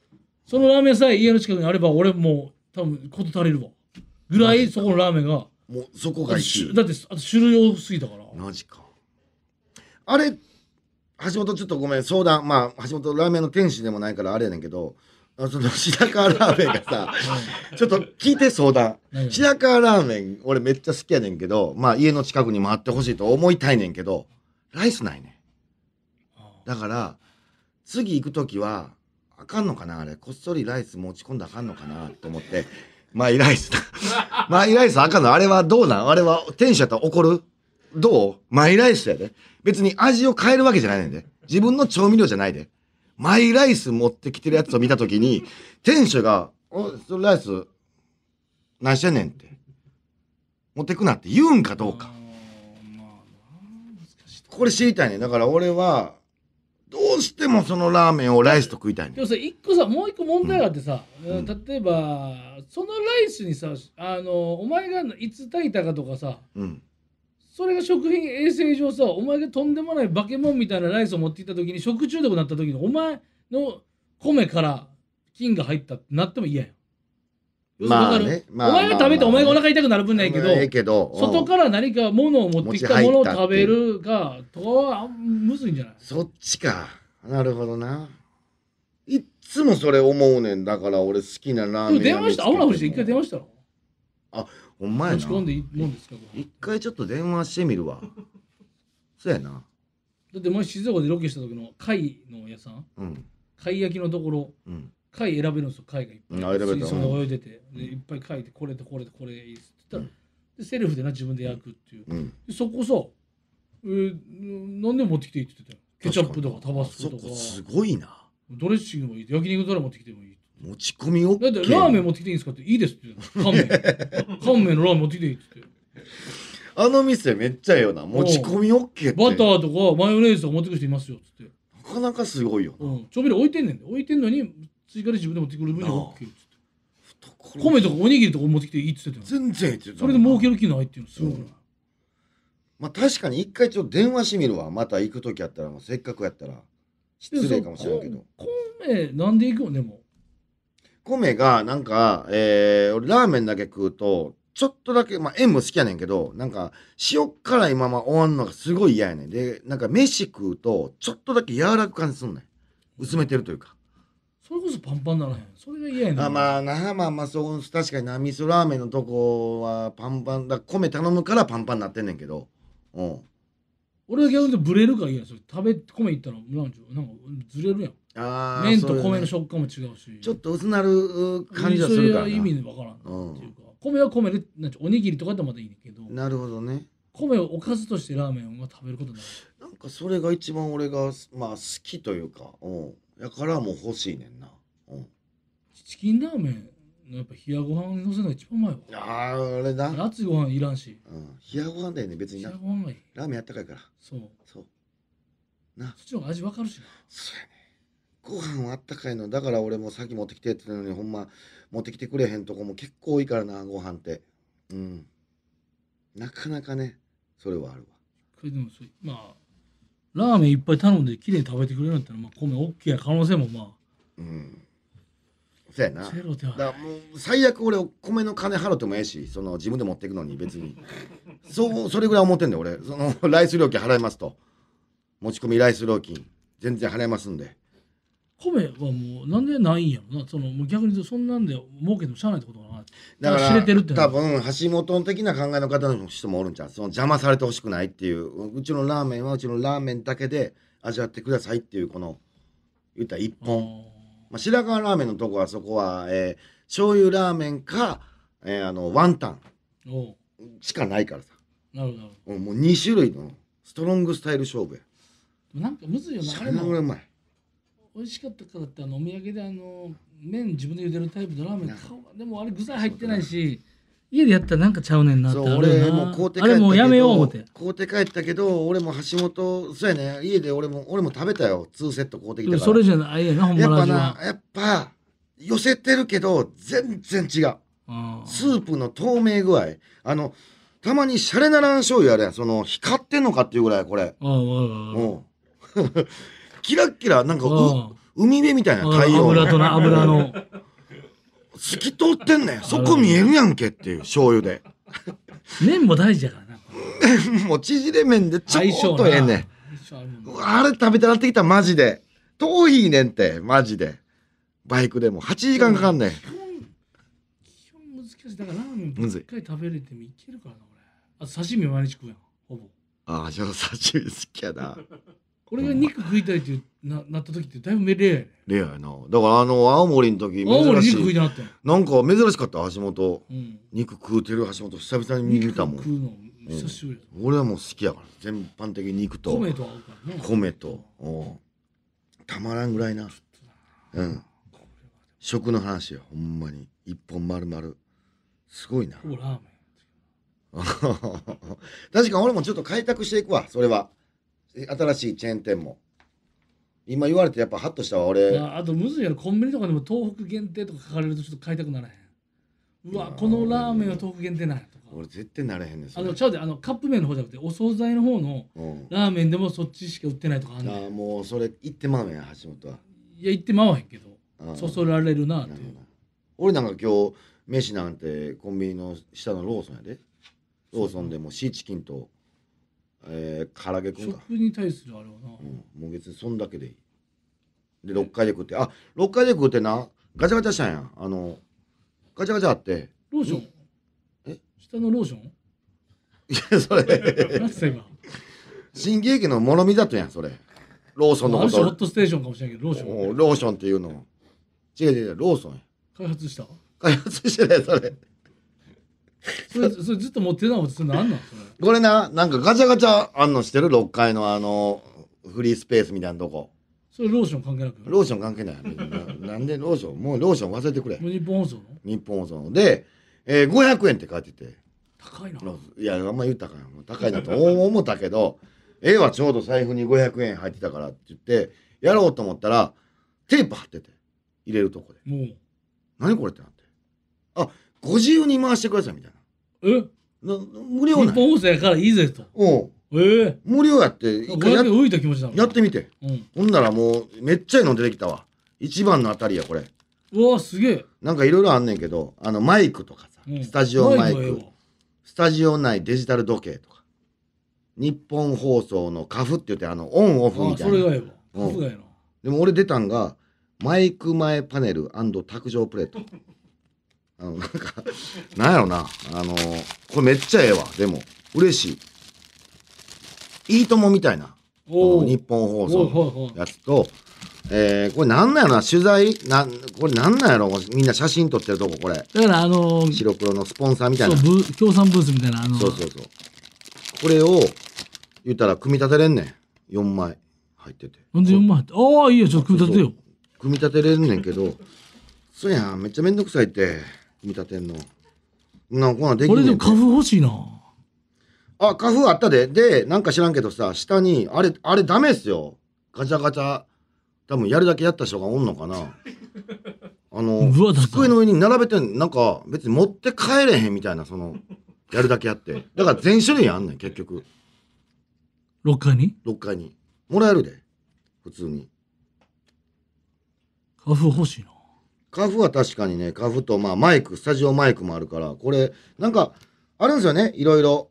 Speaker 3: そのラーメンさえ家の近くにあれば俺もう多分事足りるわぐらいそこのラーメンが
Speaker 4: もうそこ
Speaker 3: あ
Speaker 4: が
Speaker 3: と
Speaker 4: い
Speaker 3: し
Speaker 4: い
Speaker 3: だってあと種類多すぎたから
Speaker 4: マジかあれ橋本ちょっとごめん相談まあ橋本ラーメンの店主でもないからあれやねんけどあその白川ラーメンがさちょっと聞いて相談
Speaker 3: 何
Speaker 4: 白川ラーメン俺めっちゃ好きやねんけどまあ家の近くにもあってほしいと思いたいねんけどライスないねんだから次行く時はあかんのかなあれこっそりライス持ち込んだらあかんのかなと思ってマイライスマイライスあかんのあれはどうなんあれは店主やったら怒るどうマイライスやで別に味を変えるわけじゃないねんで自分の調味料じゃないでマイライス持ってきてるやつを見た時に店主が「おいそれライス何してんねん」って持ってくなって言うんかどうか
Speaker 3: あーまあな難しいと
Speaker 4: これ知りたいねだから俺はどうしてもそのラーメンをライスと食いたい
Speaker 3: で
Speaker 4: ね
Speaker 3: もさ一個さもう一個問題があってさ、
Speaker 4: ん
Speaker 3: 例えばそのライスにさあのお前がいつ炊いたかとかさ
Speaker 4: うん
Speaker 3: それが食品衛生上さお前がとんでもない化け物みたいなライスを持っていった時に食中毒になった時にお前の米から菌が入ったってなっても嫌やん。要するに
Speaker 4: まあ
Speaker 3: わか
Speaker 4: ね
Speaker 3: る
Speaker 4: まあ
Speaker 3: お前が食べて、
Speaker 4: まあ
Speaker 3: お前がお腹痛くなる分ないけど、
Speaker 4: ええけどうん
Speaker 3: 外から何か物を持ってきたもの
Speaker 4: 持
Speaker 3: を
Speaker 4: ち入った
Speaker 3: 食
Speaker 4: ってい
Speaker 3: べ
Speaker 4: う
Speaker 3: るかとかはあんむずいんじゃない
Speaker 4: そっちか。なるほどな。いっつもそれ思うねん。だから俺好きなラー
Speaker 3: で
Speaker 4: メン
Speaker 3: も電話して、青なふりして一回電話したろ。
Speaker 4: ほんまや
Speaker 3: 持
Speaker 4: な
Speaker 3: ち込んでいいもんですかこれ
Speaker 4: 一回ちょっと電話してみるわ。そうやな。
Speaker 3: だって前静岡でロケした時の貝の屋さん
Speaker 4: うん。
Speaker 3: 貝焼きのところ
Speaker 4: うん。
Speaker 3: 貝選べるんですよ貝がいっぱい
Speaker 4: うんあ選べた
Speaker 3: 水槽で泳いでてでいっぱい貝いてこれとこれとこれいいっすって言ったら、でセルフでな自分で焼くっていう
Speaker 4: うん。
Speaker 3: でそこさ、えー、何でも持ってきていいって言ってたよケチャップとかタバスコと
Speaker 4: そ
Speaker 3: か
Speaker 4: こすごいな。
Speaker 3: ドレッシングもいい焼肉ドラ持ってきてもいい
Speaker 4: 持ち込み OK。
Speaker 3: だってラーメン持ってきていいんですかっていいですって言ってた乾麺乾麺のラーメン持ってきていいって言って
Speaker 4: あの店めっちゃええよな。持ち込み OK って。
Speaker 3: バターとかマヨネーズとか持ってくる人いますよっつって、
Speaker 4: なかなかすごいよな。
Speaker 3: うん、調味料置いてんねんで置いてんのに追加で自分で持ってくる分には
Speaker 4: なあ
Speaker 3: OK っつって米とかおにぎりとか持ってきていいっつってたよ
Speaker 4: 全然ええって言ってた
Speaker 3: そ
Speaker 4: も
Speaker 3: れ
Speaker 4: ん
Speaker 3: で
Speaker 4: な
Speaker 3: 儲ける気ないっていうのすごくない、
Speaker 4: まあ確かに一回ちょっと電話してみるわ。また行く時やったら、もうせっかくやったら。失礼かもしれんけど。
Speaker 3: 米なんでいくのでも
Speaker 4: 米がなんか、えー、俺ラーメンだけ食うと、ちょっとだけ、まあ、塩も好きやねんけど、なんか、塩辛いまま終わんのがすごい嫌やねん。で、なんか、飯食うと、ちょっとだけ柔らかく感じすんねん。薄めてるというか。
Speaker 3: それこそパンパンならへんそれが嫌やねん
Speaker 4: あまあなまあまあそう確かにな味噌ラーメンのとこはパンパンだ米頼むからパンパンになってんねんけどうん
Speaker 3: 俺は逆に言うとブレるから嫌やそれ食べ米いったらなんかなんかずれるやん
Speaker 4: あー
Speaker 3: 麺と
Speaker 4: そういうね
Speaker 3: 米の食感も違うし
Speaker 4: ちょっと薄なるう感じはするから
Speaker 3: そ
Speaker 4: な
Speaker 3: れは意味わからん
Speaker 4: うん
Speaker 3: っていうか米は米でなんちゅうおにぎりとかだったらまだいいねんけど
Speaker 4: なるほどね
Speaker 3: 米をおかずとしてラーメンを食べることになる
Speaker 4: なんかそれが一番俺がまあ好きというかうんやからもう欲しいねんなうん
Speaker 3: チキンラーメンのやっぱ冷やご飯にのせるのが一番うまいわ
Speaker 4: あーあれな、うん、
Speaker 3: 熱いご飯いらんし
Speaker 4: 冷やご飯だよね別
Speaker 3: 冷
Speaker 4: に
Speaker 3: や
Speaker 4: な
Speaker 3: ご飯がいい
Speaker 4: ラーメンあったかいから
Speaker 3: そう
Speaker 4: そう
Speaker 3: そっちの方が味わかるしな
Speaker 4: そうやねご飯はあったかいのだから俺もさっき持ってきてって言ったのにほんま持ってきてくれへんとこも結構多いからなご飯ってうんなかなかねそれはあるわ
Speaker 3: これでもそうまあラーメンいっぱい頼んで綺麗に食べてくれるんだったら、まあ、米 OK や可能性もま
Speaker 4: うんそうや
Speaker 3: あ
Speaker 4: な
Speaker 3: ゼロでは
Speaker 4: だ
Speaker 3: な
Speaker 4: から
Speaker 3: い
Speaker 4: もう最悪俺お米の金払ってもええしその自分で持っていくのに別に (laughs) そうそれぐらい思ってんだよ俺そのライス料金払いますと持ち込みライス料金全然払いますんで
Speaker 3: 米はもうなんでないんやろなそのもう逆に言うとそんなんで儲けてもしゃあないってことかな
Speaker 4: だから
Speaker 3: 知れてるってのは
Speaker 4: 多分橋本的な考えの方の人もおるんちゃうその邪魔されてほしくないっていううちのラーメンはうちのラーメンだけで味わってくださいっていうこの言ったら一本、まあ、白川ラーメンのとこはそこは、えー、醤油ラーメンか、えーあのワンタン
Speaker 3: あーおう
Speaker 4: しかないからさ
Speaker 3: なるほどなるほ
Speaker 4: うんもう2種類のストロングスタイル勝負や
Speaker 3: どなんかむずいよな
Speaker 4: そ
Speaker 3: あ
Speaker 4: れ
Speaker 3: れ
Speaker 4: ぐらい
Speaker 3: も
Speaker 4: うまい
Speaker 3: 美味しかったからってあのお土産であの麺自分で茹でるタイプのラーメン
Speaker 4: な
Speaker 3: 買うわでもあれ具材入ってないし家でやったらなんかちゃうねんなって
Speaker 4: そう
Speaker 3: あるよ
Speaker 4: 俺
Speaker 3: な
Speaker 4: もう買うて帰
Speaker 3: あ
Speaker 4: ったけど
Speaker 3: れもうやめよう思って
Speaker 4: 買うて帰ったけど俺も橋本そうやね家で俺も俺も食べたよ2セット買うてき
Speaker 3: で
Speaker 4: たから
Speaker 3: もそれじゃないやなほんま
Speaker 4: やっ
Speaker 3: の
Speaker 4: ぱ
Speaker 3: 味
Speaker 4: な
Speaker 3: は、
Speaker 4: やっぱ、寄せてるけど、全然違う。
Speaker 3: うん
Speaker 4: スープの透明具合。あの、たまにシャレならん醤油あるやん。その、光ってんのかっていうぐらい、これ。
Speaker 3: ああわかるわ
Speaker 4: う
Speaker 3: かる
Speaker 4: ん (laughs) キラッキラ、なんかう
Speaker 3: うん
Speaker 4: 海辺みたいな
Speaker 3: あ
Speaker 4: 太陽
Speaker 3: 油
Speaker 4: の。
Speaker 3: とな油の
Speaker 4: 透き通ってんねん。そこ見えるやんけっていう、醤油で。
Speaker 3: 麺も大事やからな
Speaker 4: もう縮れ麺でちょ
Speaker 3: 相
Speaker 4: っ
Speaker 3: 性
Speaker 4: と
Speaker 3: な
Speaker 4: ええねん。
Speaker 3: 相性あるもんな
Speaker 4: うわあれ食べてなってきた、マジで。遠いねんって、マジで。バイクでも8時間かかんねん。
Speaker 3: 基本基本難しいだからラーメンばっかり食べれてもいけるからな俺あと刺身毎日食うやんほぼ
Speaker 4: ああ、じゃあ刺身好きやな。 (laughs)
Speaker 3: 俺が肉食いたいっていうななった時ってだいぶめれやね
Speaker 4: レアやな。だからあの、青森の時、
Speaker 3: 青森
Speaker 4: 珍
Speaker 3: 肉食
Speaker 4: し
Speaker 3: い
Speaker 4: い。
Speaker 3: たなったやん
Speaker 4: なんか珍しかった、橋本。
Speaker 3: うん
Speaker 4: 肉食うてる橋本、久々に見たも
Speaker 3: 肉食
Speaker 4: ん。
Speaker 3: うの久しぶりや
Speaker 4: 俺はもう好きやから。全般的に肉と、
Speaker 3: 米と合うからね
Speaker 4: 米と。うんたまらんぐらいな。うん。食の話よ、ほんまに。一本丸々。すごいな
Speaker 3: ほ。ぼラーメン
Speaker 4: (laughs) 確か俺もちょっと開拓していくわ、それは。え新しいチェーン店も。今言われてやっぱハッとしたわ、俺。
Speaker 3: ああとむずいやろコンビニとかでも東北限定とか書かれるとちょっと買いたくならへんう
Speaker 4: い
Speaker 3: わ
Speaker 4: やー
Speaker 3: このラーメンは東北限定なんやとか
Speaker 4: 俺絶対なれへんねん、そ
Speaker 3: あ
Speaker 4: れ
Speaker 3: のちゃうであのカップ麺の方じゃなくてお惣菜の方の
Speaker 4: うん。
Speaker 3: ラーメンでもそっちしか売ってないとかあんね
Speaker 4: ああ
Speaker 3: ん
Speaker 4: もうそれ言ってまうねん橋本は
Speaker 3: いや言ってまわへんけど
Speaker 4: うん
Speaker 3: そそられるなっていう
Speaker 4: 俺なんか今日飯なんてコンビニの下のローソンやでローソンでもシーチキンとえー、唐揚げくんか、
Speaker 3: 食に対するあれはな、
Speaker 4: うん、もう別にそんだけでいいで6階で食ってあ六6階で食ってなガチャガチャしたんやあのガチャガチャあって
Speaker 3: ローション
Speaker 4: え
Speaker 3: 下のローション
Speaker 4: いや (laughs) それ
Speaker 3: 何て言った今
Speaker 4: 新喜劇のもろみだとやんそれローソンの
Speaker 3: あ
Speaker 4: こ
Speaker 3: る種ホッ
Speaker 4: と
Speaker 3: トステーションかもしれんけどローション
Speaker 4: おうローションっていうの違う違う違うローソンや
Speaker 3: 開発した
Speaker 4: 開発してないそれ
Speaker 3: それそれずっと持ってたのそれ何なんそれ
Speaker 4: これな、なんかガチャガチャあんのしてる ?6 階のあの、フリースペースみたいなとこ。
Speaker 3: それローション関係なく
Speaker 4: ローション関係ないな。なんでローションもうローション忘れてくれ
Speaker 3: も。う日本放送の
Speaker 4: 日本放送の。で、えー500円って書いてて。
Speaker 3: 高いな。
Speaker 4: いやあんま言ったから高いなと思ったけど A はちょうど財布に500円入ってたからって言ってやろうと思ったらテープ貼ってて入れるとこで
Speaker 3: もう。
Speaker 4: 何これってなってあご自由に回してくださいみたい
Speaker 3: え
Speaker 4: なな無
Speaker 3: 日
Speaker 4: 料なんや
Speaker 3: 本放送やからいいぜと。
Speaker 4: うん
Speaker 3: ええ
Speaker 4: 無料やって
Speaker 3: ー。
Speaker 4: 一回
Speaker 3: 500
Speaker 4: や
Speaker 3: 円浮いた気持ちだもん。
Speaker 4: やってみて
Speaker 3: うん。
Speaker 4: ほんならもうめっちゃいいの出てきたわ一番のあたりやこれ
Speaker 3: うわ、すげえ。
Speaker 4: なんかいろいろあんねんけどあのマイクとかさ、
Speaker 3: うん
Speaker 4: スタジオマイ
Speaker 3: マイク
Speaker 4: ク
Speaker 3: はええわ
Speaker 4: スタジオ内デジタル時計とか日本放送のカフって言ってあのオンオフ
Speaker 3: あ
Speaker 4: み
Speaker 3: あ
Speaker 4: た
Speaker 3: そ
Speaker 4: い
Speaker 3: れ
Speaker 4: な
Speaker 3: がええわ。
Speaker 4: うん
Speaker 3: 僕がええな。
Speaker 4: でも俺出たんがマイク前パネル卓上プレートあのなんかなんやろなあのこれめっちゃええわでも嬉しいいいともみたいな
Speaker 3: お
Speaker 4: こ
Speaker 3: お。
Speaker 4: の日本放送の
Speaker 3: おいはいはい。
Speaker 4: やつと、えーこれなんなんやろな取材なんこれなんなんやろみんな写真撮ってるとここれ
Speaker 2: だからあのー、
Speaker 4: 白黒のスポンサーみたい
Speaker 2: そ
Speaker 4: な
Speaker 2: うブー協賛ブースみたいなあの
Speaker 4: そうそうそう。これを、言ったら組み立てれんねん。4枚入ってて。
Speaker 2: ほんで4万入ってああいいよちょっと組み立てよ
Speaker 4: 組み立てれんねんけど、そうやん、めっちゃめんどくさいって、組み立てんの。なんかこんなんでき
Speaker 2: こ
Speaker 4: んね
Speaker 2: れ
Speaker 4: ん
Speaker 2: で
Speaker 4: て
Speaker 2: も花粉欲しいな
Speaker 4: あ、花粉あったで。で、なんか知らんけどさ、下に、あれ、あれダメっすよ。ガチャガチャ。多分やるだけやった人がおんのかな。あの
Speaker 2: うわ、だから
Speaker 4: 机の上に並べてん、なんか別に持って帰れへんみたいな、その、やるだけやって。だから全種類あんねん、結局。
Speaker 2: 6階に
Speaker 4: 6階にもらえるで普通に
Speaker 2: 花粉欲しいな
Speaker 4: カフは確かにねカフとまあマイクスタジオマイクもあるからこれなんかあるんですよねいろいろ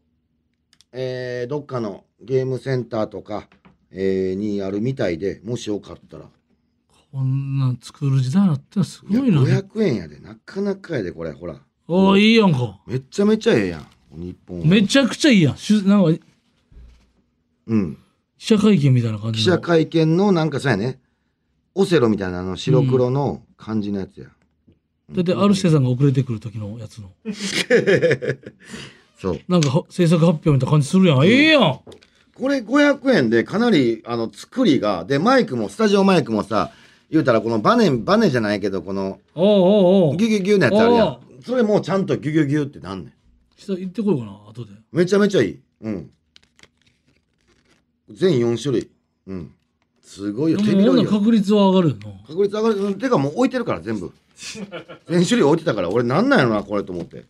Speaker 4: えーどっかのゲームセンターとか、えーにあるみたいでもしよかったら
Speaker 2: こんなん作る時代になってす
Speaker 4: いや
Speaker 2: ごいな
Speaker 4: 500円やでなかなかやでこれほら
Speaker 2: ああいいやんか
Speaker 4: めっちゃめちゃええやん日本は
Speaker 2: めちゃくちゃいいやんしゅなんか
Speaker 4: うん
Speaker 2: 記者会見みたいな感じ
Speaker 4: 記
Speaker 2: の
Speaker 4: 者会見のなんかさやねオセロみたいなあの白黒の感じのやつや、
Speaker 2: だってアルシテさんが遅れてくる時のやつの
Speaker 4: そう
Speaker 2: なんかは制作発表みたいな感じするやんええやん
Speaker 4: これ500円でかなりあの作りがでマイクもスタジオマイクもさ言うたらこのバネバネじゃないけどこの
Speaker 3: おおおうおう。
Speaker 4: ギュギュギュのやつあるや
Speaker 3: あ
Speaker 4: んそれもうちゃんとギュギュギュってなんねん
Speaker 2: 下行ってこようかな後で
Speaker 4: めちゃめちゃいいうん全4種類うんすごいよ手
Speaker 2: でも
Speaker 4: 広
Speaker 2: ほ
Speaker 4: い
Speaker 2: んなら
Speaker 4: よ
Speaker 2: 確率は上がるよな
Speaker 4: 確率上がるうんてかもう置いてるから全
Speaker 2: (laughs)
Speaker 4: 部全種類置いてたから俺なんなんやろなこれと思って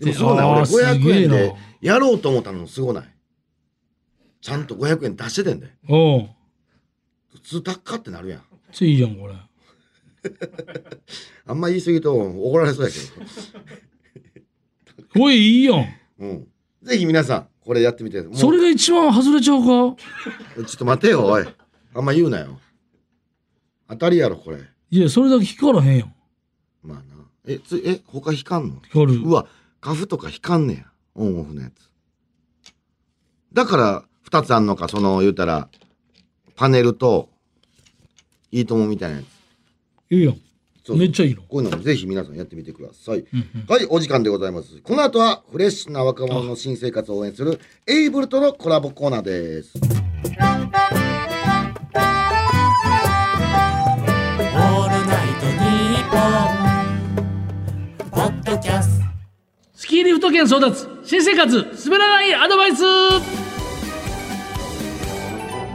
Speaker 4: でもそうなん
Speaker 2: あ
Speaker 4: 俺
Speaker 2: ーす
Speaker 4: 500
Speaker 2: げえ
Speaker 4: 円
Speaker 2: な
Speaker 4: でやろうと思ったのすごないちゃんと500円出しててんで
Speaker 2: おう
Speaker 4: 普通高ってなるやん
Speaker 2: ちょいいやんこれ
Speaker 4: あんま言い過ぎると怒られそうやけ
Speaker 2: これいいやん
Speaker 4: ど、うん、ぜひ皆さんこれやってみてもう
Speaker 2: それが一番外れちゃうか
Speaker 4: ちょっと待てよおいあんま言うなよ当たりやろこれ
Speaker 2: いやそれだけ光らへんやん
Speaker 4: まあなえつえ他引かんの
Speaker 2: 光る
Speaker 4: うわカフとか引かんねやオンオフのやつだから2つあんのかその言うたらパネルといいともみたいなやつ
Speaker 2: いいやん
Speaker 4: そう
Speaker 2: めっちゃいいの
Speaker 4: こういうのもぜひ皆さんやってみてくださ
Speaker 2: う
Speaker 4: い、
Speaker 2: んうん
Speaker 4: はい、お時間でございます。この後はフレッシュな若者の新生活を応援するエイブルとのコラボコーナーです。
Speaker 5: オールナイトニッポン」ポッドキャスト
Speaker 3: スキーリフト券争奪、新生活、滑らないアドバイス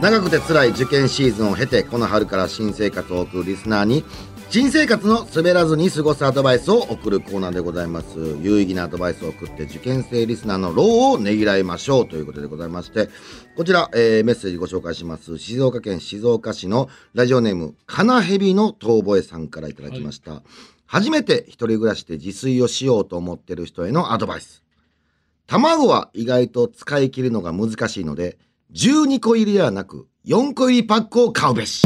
Speaker 4: 長くて辛い受験シーズンを経て、この春から新生活を送るリスナーに、新生活の滑らずに過ごすアドバイスを送るコーナーでございます。有意義なアドバイスを送って受験生リスナーの労をねぎらいましょうということでございまして、こちら、えーメッセージご紹介します。静岡県静岡市のラジオネーム、かなへびの遠吠えさんからいただきました。初めて一人暮らしで自炊をしようと思ってる人へのアドバイス。卵は意外と使い切るのが難しいので、12個入りではなく、4個入りパックを買うべし。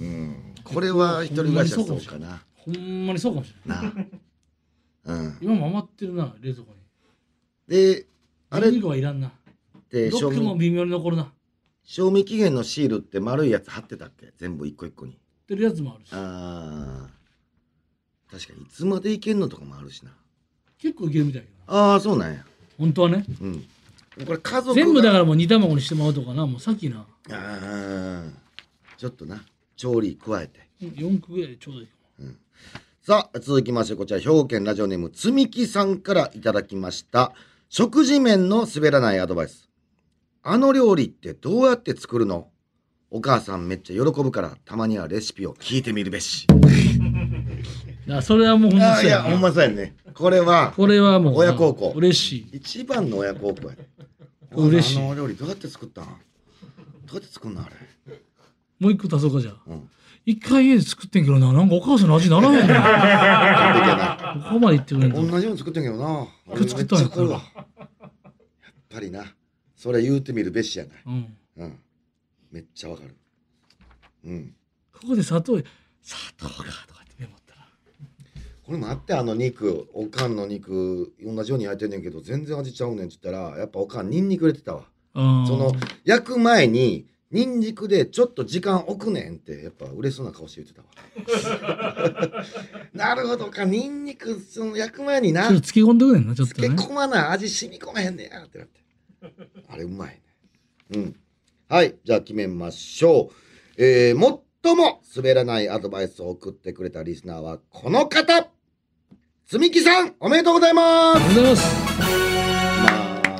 Speaker 4: うん、これは一人暮らしはそうかな。
Speaker 3: ほんまにそうかもしれない。
Speaker 4: なあ。うん。
Speaker 3: 今も余ってるな、冷蔵庫に。
Speaker 4: で、あれっ
Speaker 3: 肉はいらんな。
Speaker 4: て
Speaker 3: ロ
Speaker 4: 賞
Speaker 3: ックも
Speaker 4: 味
Speaker 3: 微妙に残るな。
Speaker 4: 賞味期限のシールって丸いやつ貼ってたっけ全部一個一個に。
Speaker 3: 売ってるやつもあるし。
Speaker 4: ああ。確かにいつまでいけんのとかもあるしな。
Speaker 3: 結構いけるみたいだけどな。
Speaker 4: ああ、そうなんや。
Speaker 3: 本当はね。
Speaker 4: うん。これ家族が
Speaker 3: 全部だからもう煮卵にしてもらうとかな、もうさっきな。
Speaker 4: ああ。ちょっとな。調理加えて。
Speaker 3: 4個ぐらいでちょうどいいかも。
Speaker 4: さあ、続きまして、こちら、兵庫県ラジオネーム、つみきさんからいただきました。食事面の滑らないアドバイス。あの料理ってどうやって作るのお母さんめっちゃ喜ぶから、たまにはレシピを聞いてみるべし。
Speaker 3: やそれはもうほんま
Speaker 4: あい
Speaker 3: そうや
Speaker 4: や、
Speaker 3: な
Speaker 4: ほんまそうやね。これは、
Speaker 3: これはもう
Speaker 4: 親孝行
Speaker 3: 嬉しい
Speaker 4: 一番の親孝行や。
Speaker 3: 嬉しい
Speaker 4: あの料理どうやって作ったんどうやって作んのあれ。
Speaker 2: もう一個足そうかじゃあ
Speaker 4: うん。
Speaker 2: 一回家で作ってんけどな、なんかお母さんの味ならへん
Speaker 4: (laughs)
Speaker 2: ね
Speaker 4: 完璧やな。
Speaker 2: ん。ここまで言ってくれん
Speaker 4: 同
Speaker 2: と。
Speaker 4: じように作ってんけどな。
Speaker 2: これ作ったんや
Speaker 4: 俺めちゃわ。やっぱりな。それ言うてみるべしやない。
Speaker 3: うん
Speaker 4: うん。めっちゃわかる。うん。
Speaker 2: ここで砂糖、砂糖かとかってメモったら。
Speaker 4: これもあってあの肉、おかんの肉、同じように焼いてんねんけど、全然味ちゃうねんって言ったら、やっぱおかんニンニク入れてたわ。
Speaker 2: あー
Speaker 4: その、焼く前に、ニンニクでちょっと時間置くねんって、やっぱ嬉しそうな顔して言ってたわ。 (laughs) なるほどか、ニンニク、その焼く前にな
Speaker 2: ちょっと、つけ込んでくれんな、ちょっ
Speaker 4: 漬
Speaker 2: と
Speaker 4: け
Speaker 2: ね。
Speaker 4: 込まな味染み込めへんねやってなって。あれうまいね。うん。はい、じゃあ決めましょう。えー、最も滑らないアドバイスを送ってくれたリスナーはこの方つみきさんおめでとうございます
Speaker 2: ありがとうございます。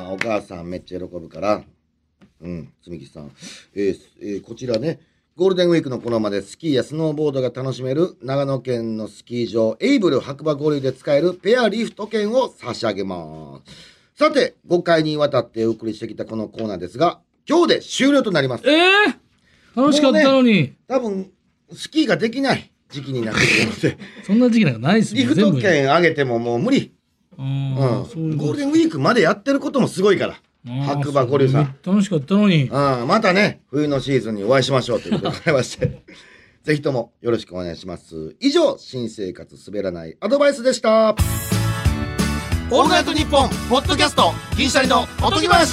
Speaker 4: まあ、お母さんめっちゃ喜ぶから。うん、つみきさん。えーすえーこちらね、ゴールデンウィークの頃までスキーやスノーボードが楽しめる長野県のスキー場、エイブル白馬合流で使えるペアリフト券を差し上げます。さて、5回にわたってお送りしてきたこのコーナーですが、今日で終了となります。
Speaker 2: ええ楽しかったのに、
Speaker 4: 多分、スキーができない時期になってくるので、
Speaker 2: そんな時期なんかないっすも
Speaker 4: リ
Speaker 2: ん
Speaker 4: フ
Speaker 2: (laughs) 全
Speaker 4: ト
Speaker 2: 部。
Speaker 4: 券あげてももう無理。
Speaker 2: う
Speaker 4: うんん。
Speaker 2: そういう
Speaker 4: ゴー
Speaker 2: こ
Speaker 4: ルデンウィークまでやってることもすごいから。
Speaker 2: と。
Speaker 4: 白馬五竜さん
Speaker 2: あーそう楽しかったのに。
Speaker 4: ああまたね、冬のシーズンにお会いしましょうということでございまして、 (laughs) ぜひともよろしくお願いします。以上、新生活滑らないアドバイスでした。
Speaker 1: オールナイトニッポンポッドキャスト銀シャリのおとぎ話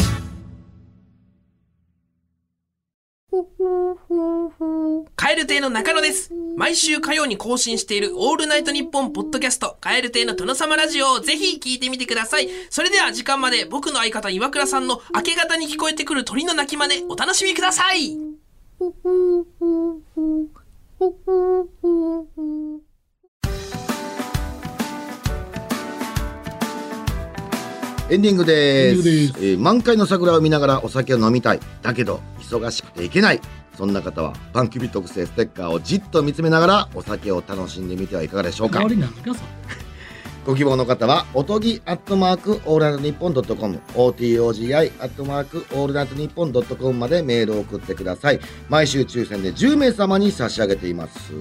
Speaker 6: 蛙亭の中野です。毎週火曜に更新しているオールナイトニッポンポッドキャスト、蛙亭の殿様ラジオをぜひ聞いてみてください。それでは時間まで僕の相方岩倉さんの明け方に聞こえてくる鳥の鳴き真似、お楽しみください。
Speaker 4: エンディングです
Speaker 3: エンディング
Speaker 4: えー満開の桜を見ながらお酒を飲みたいだけど忙しくていけないそんな方は番組特製ステッカーをじっと見つめながらお酒を楽しんでみてはいかがでしょうか
Speaker 3: 代わりなんかさ
Speaker 4: ご希望の方は、おとぎアットマークオールナイトニッポンドットコム、OTOGI アットマークオールナイトニッポンドットコムまでメールを送ってください。毎週抽選で10名様に差し上げています。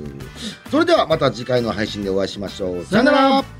Speaker 4: それではまた次回の配信でお会いしましょう。さよなら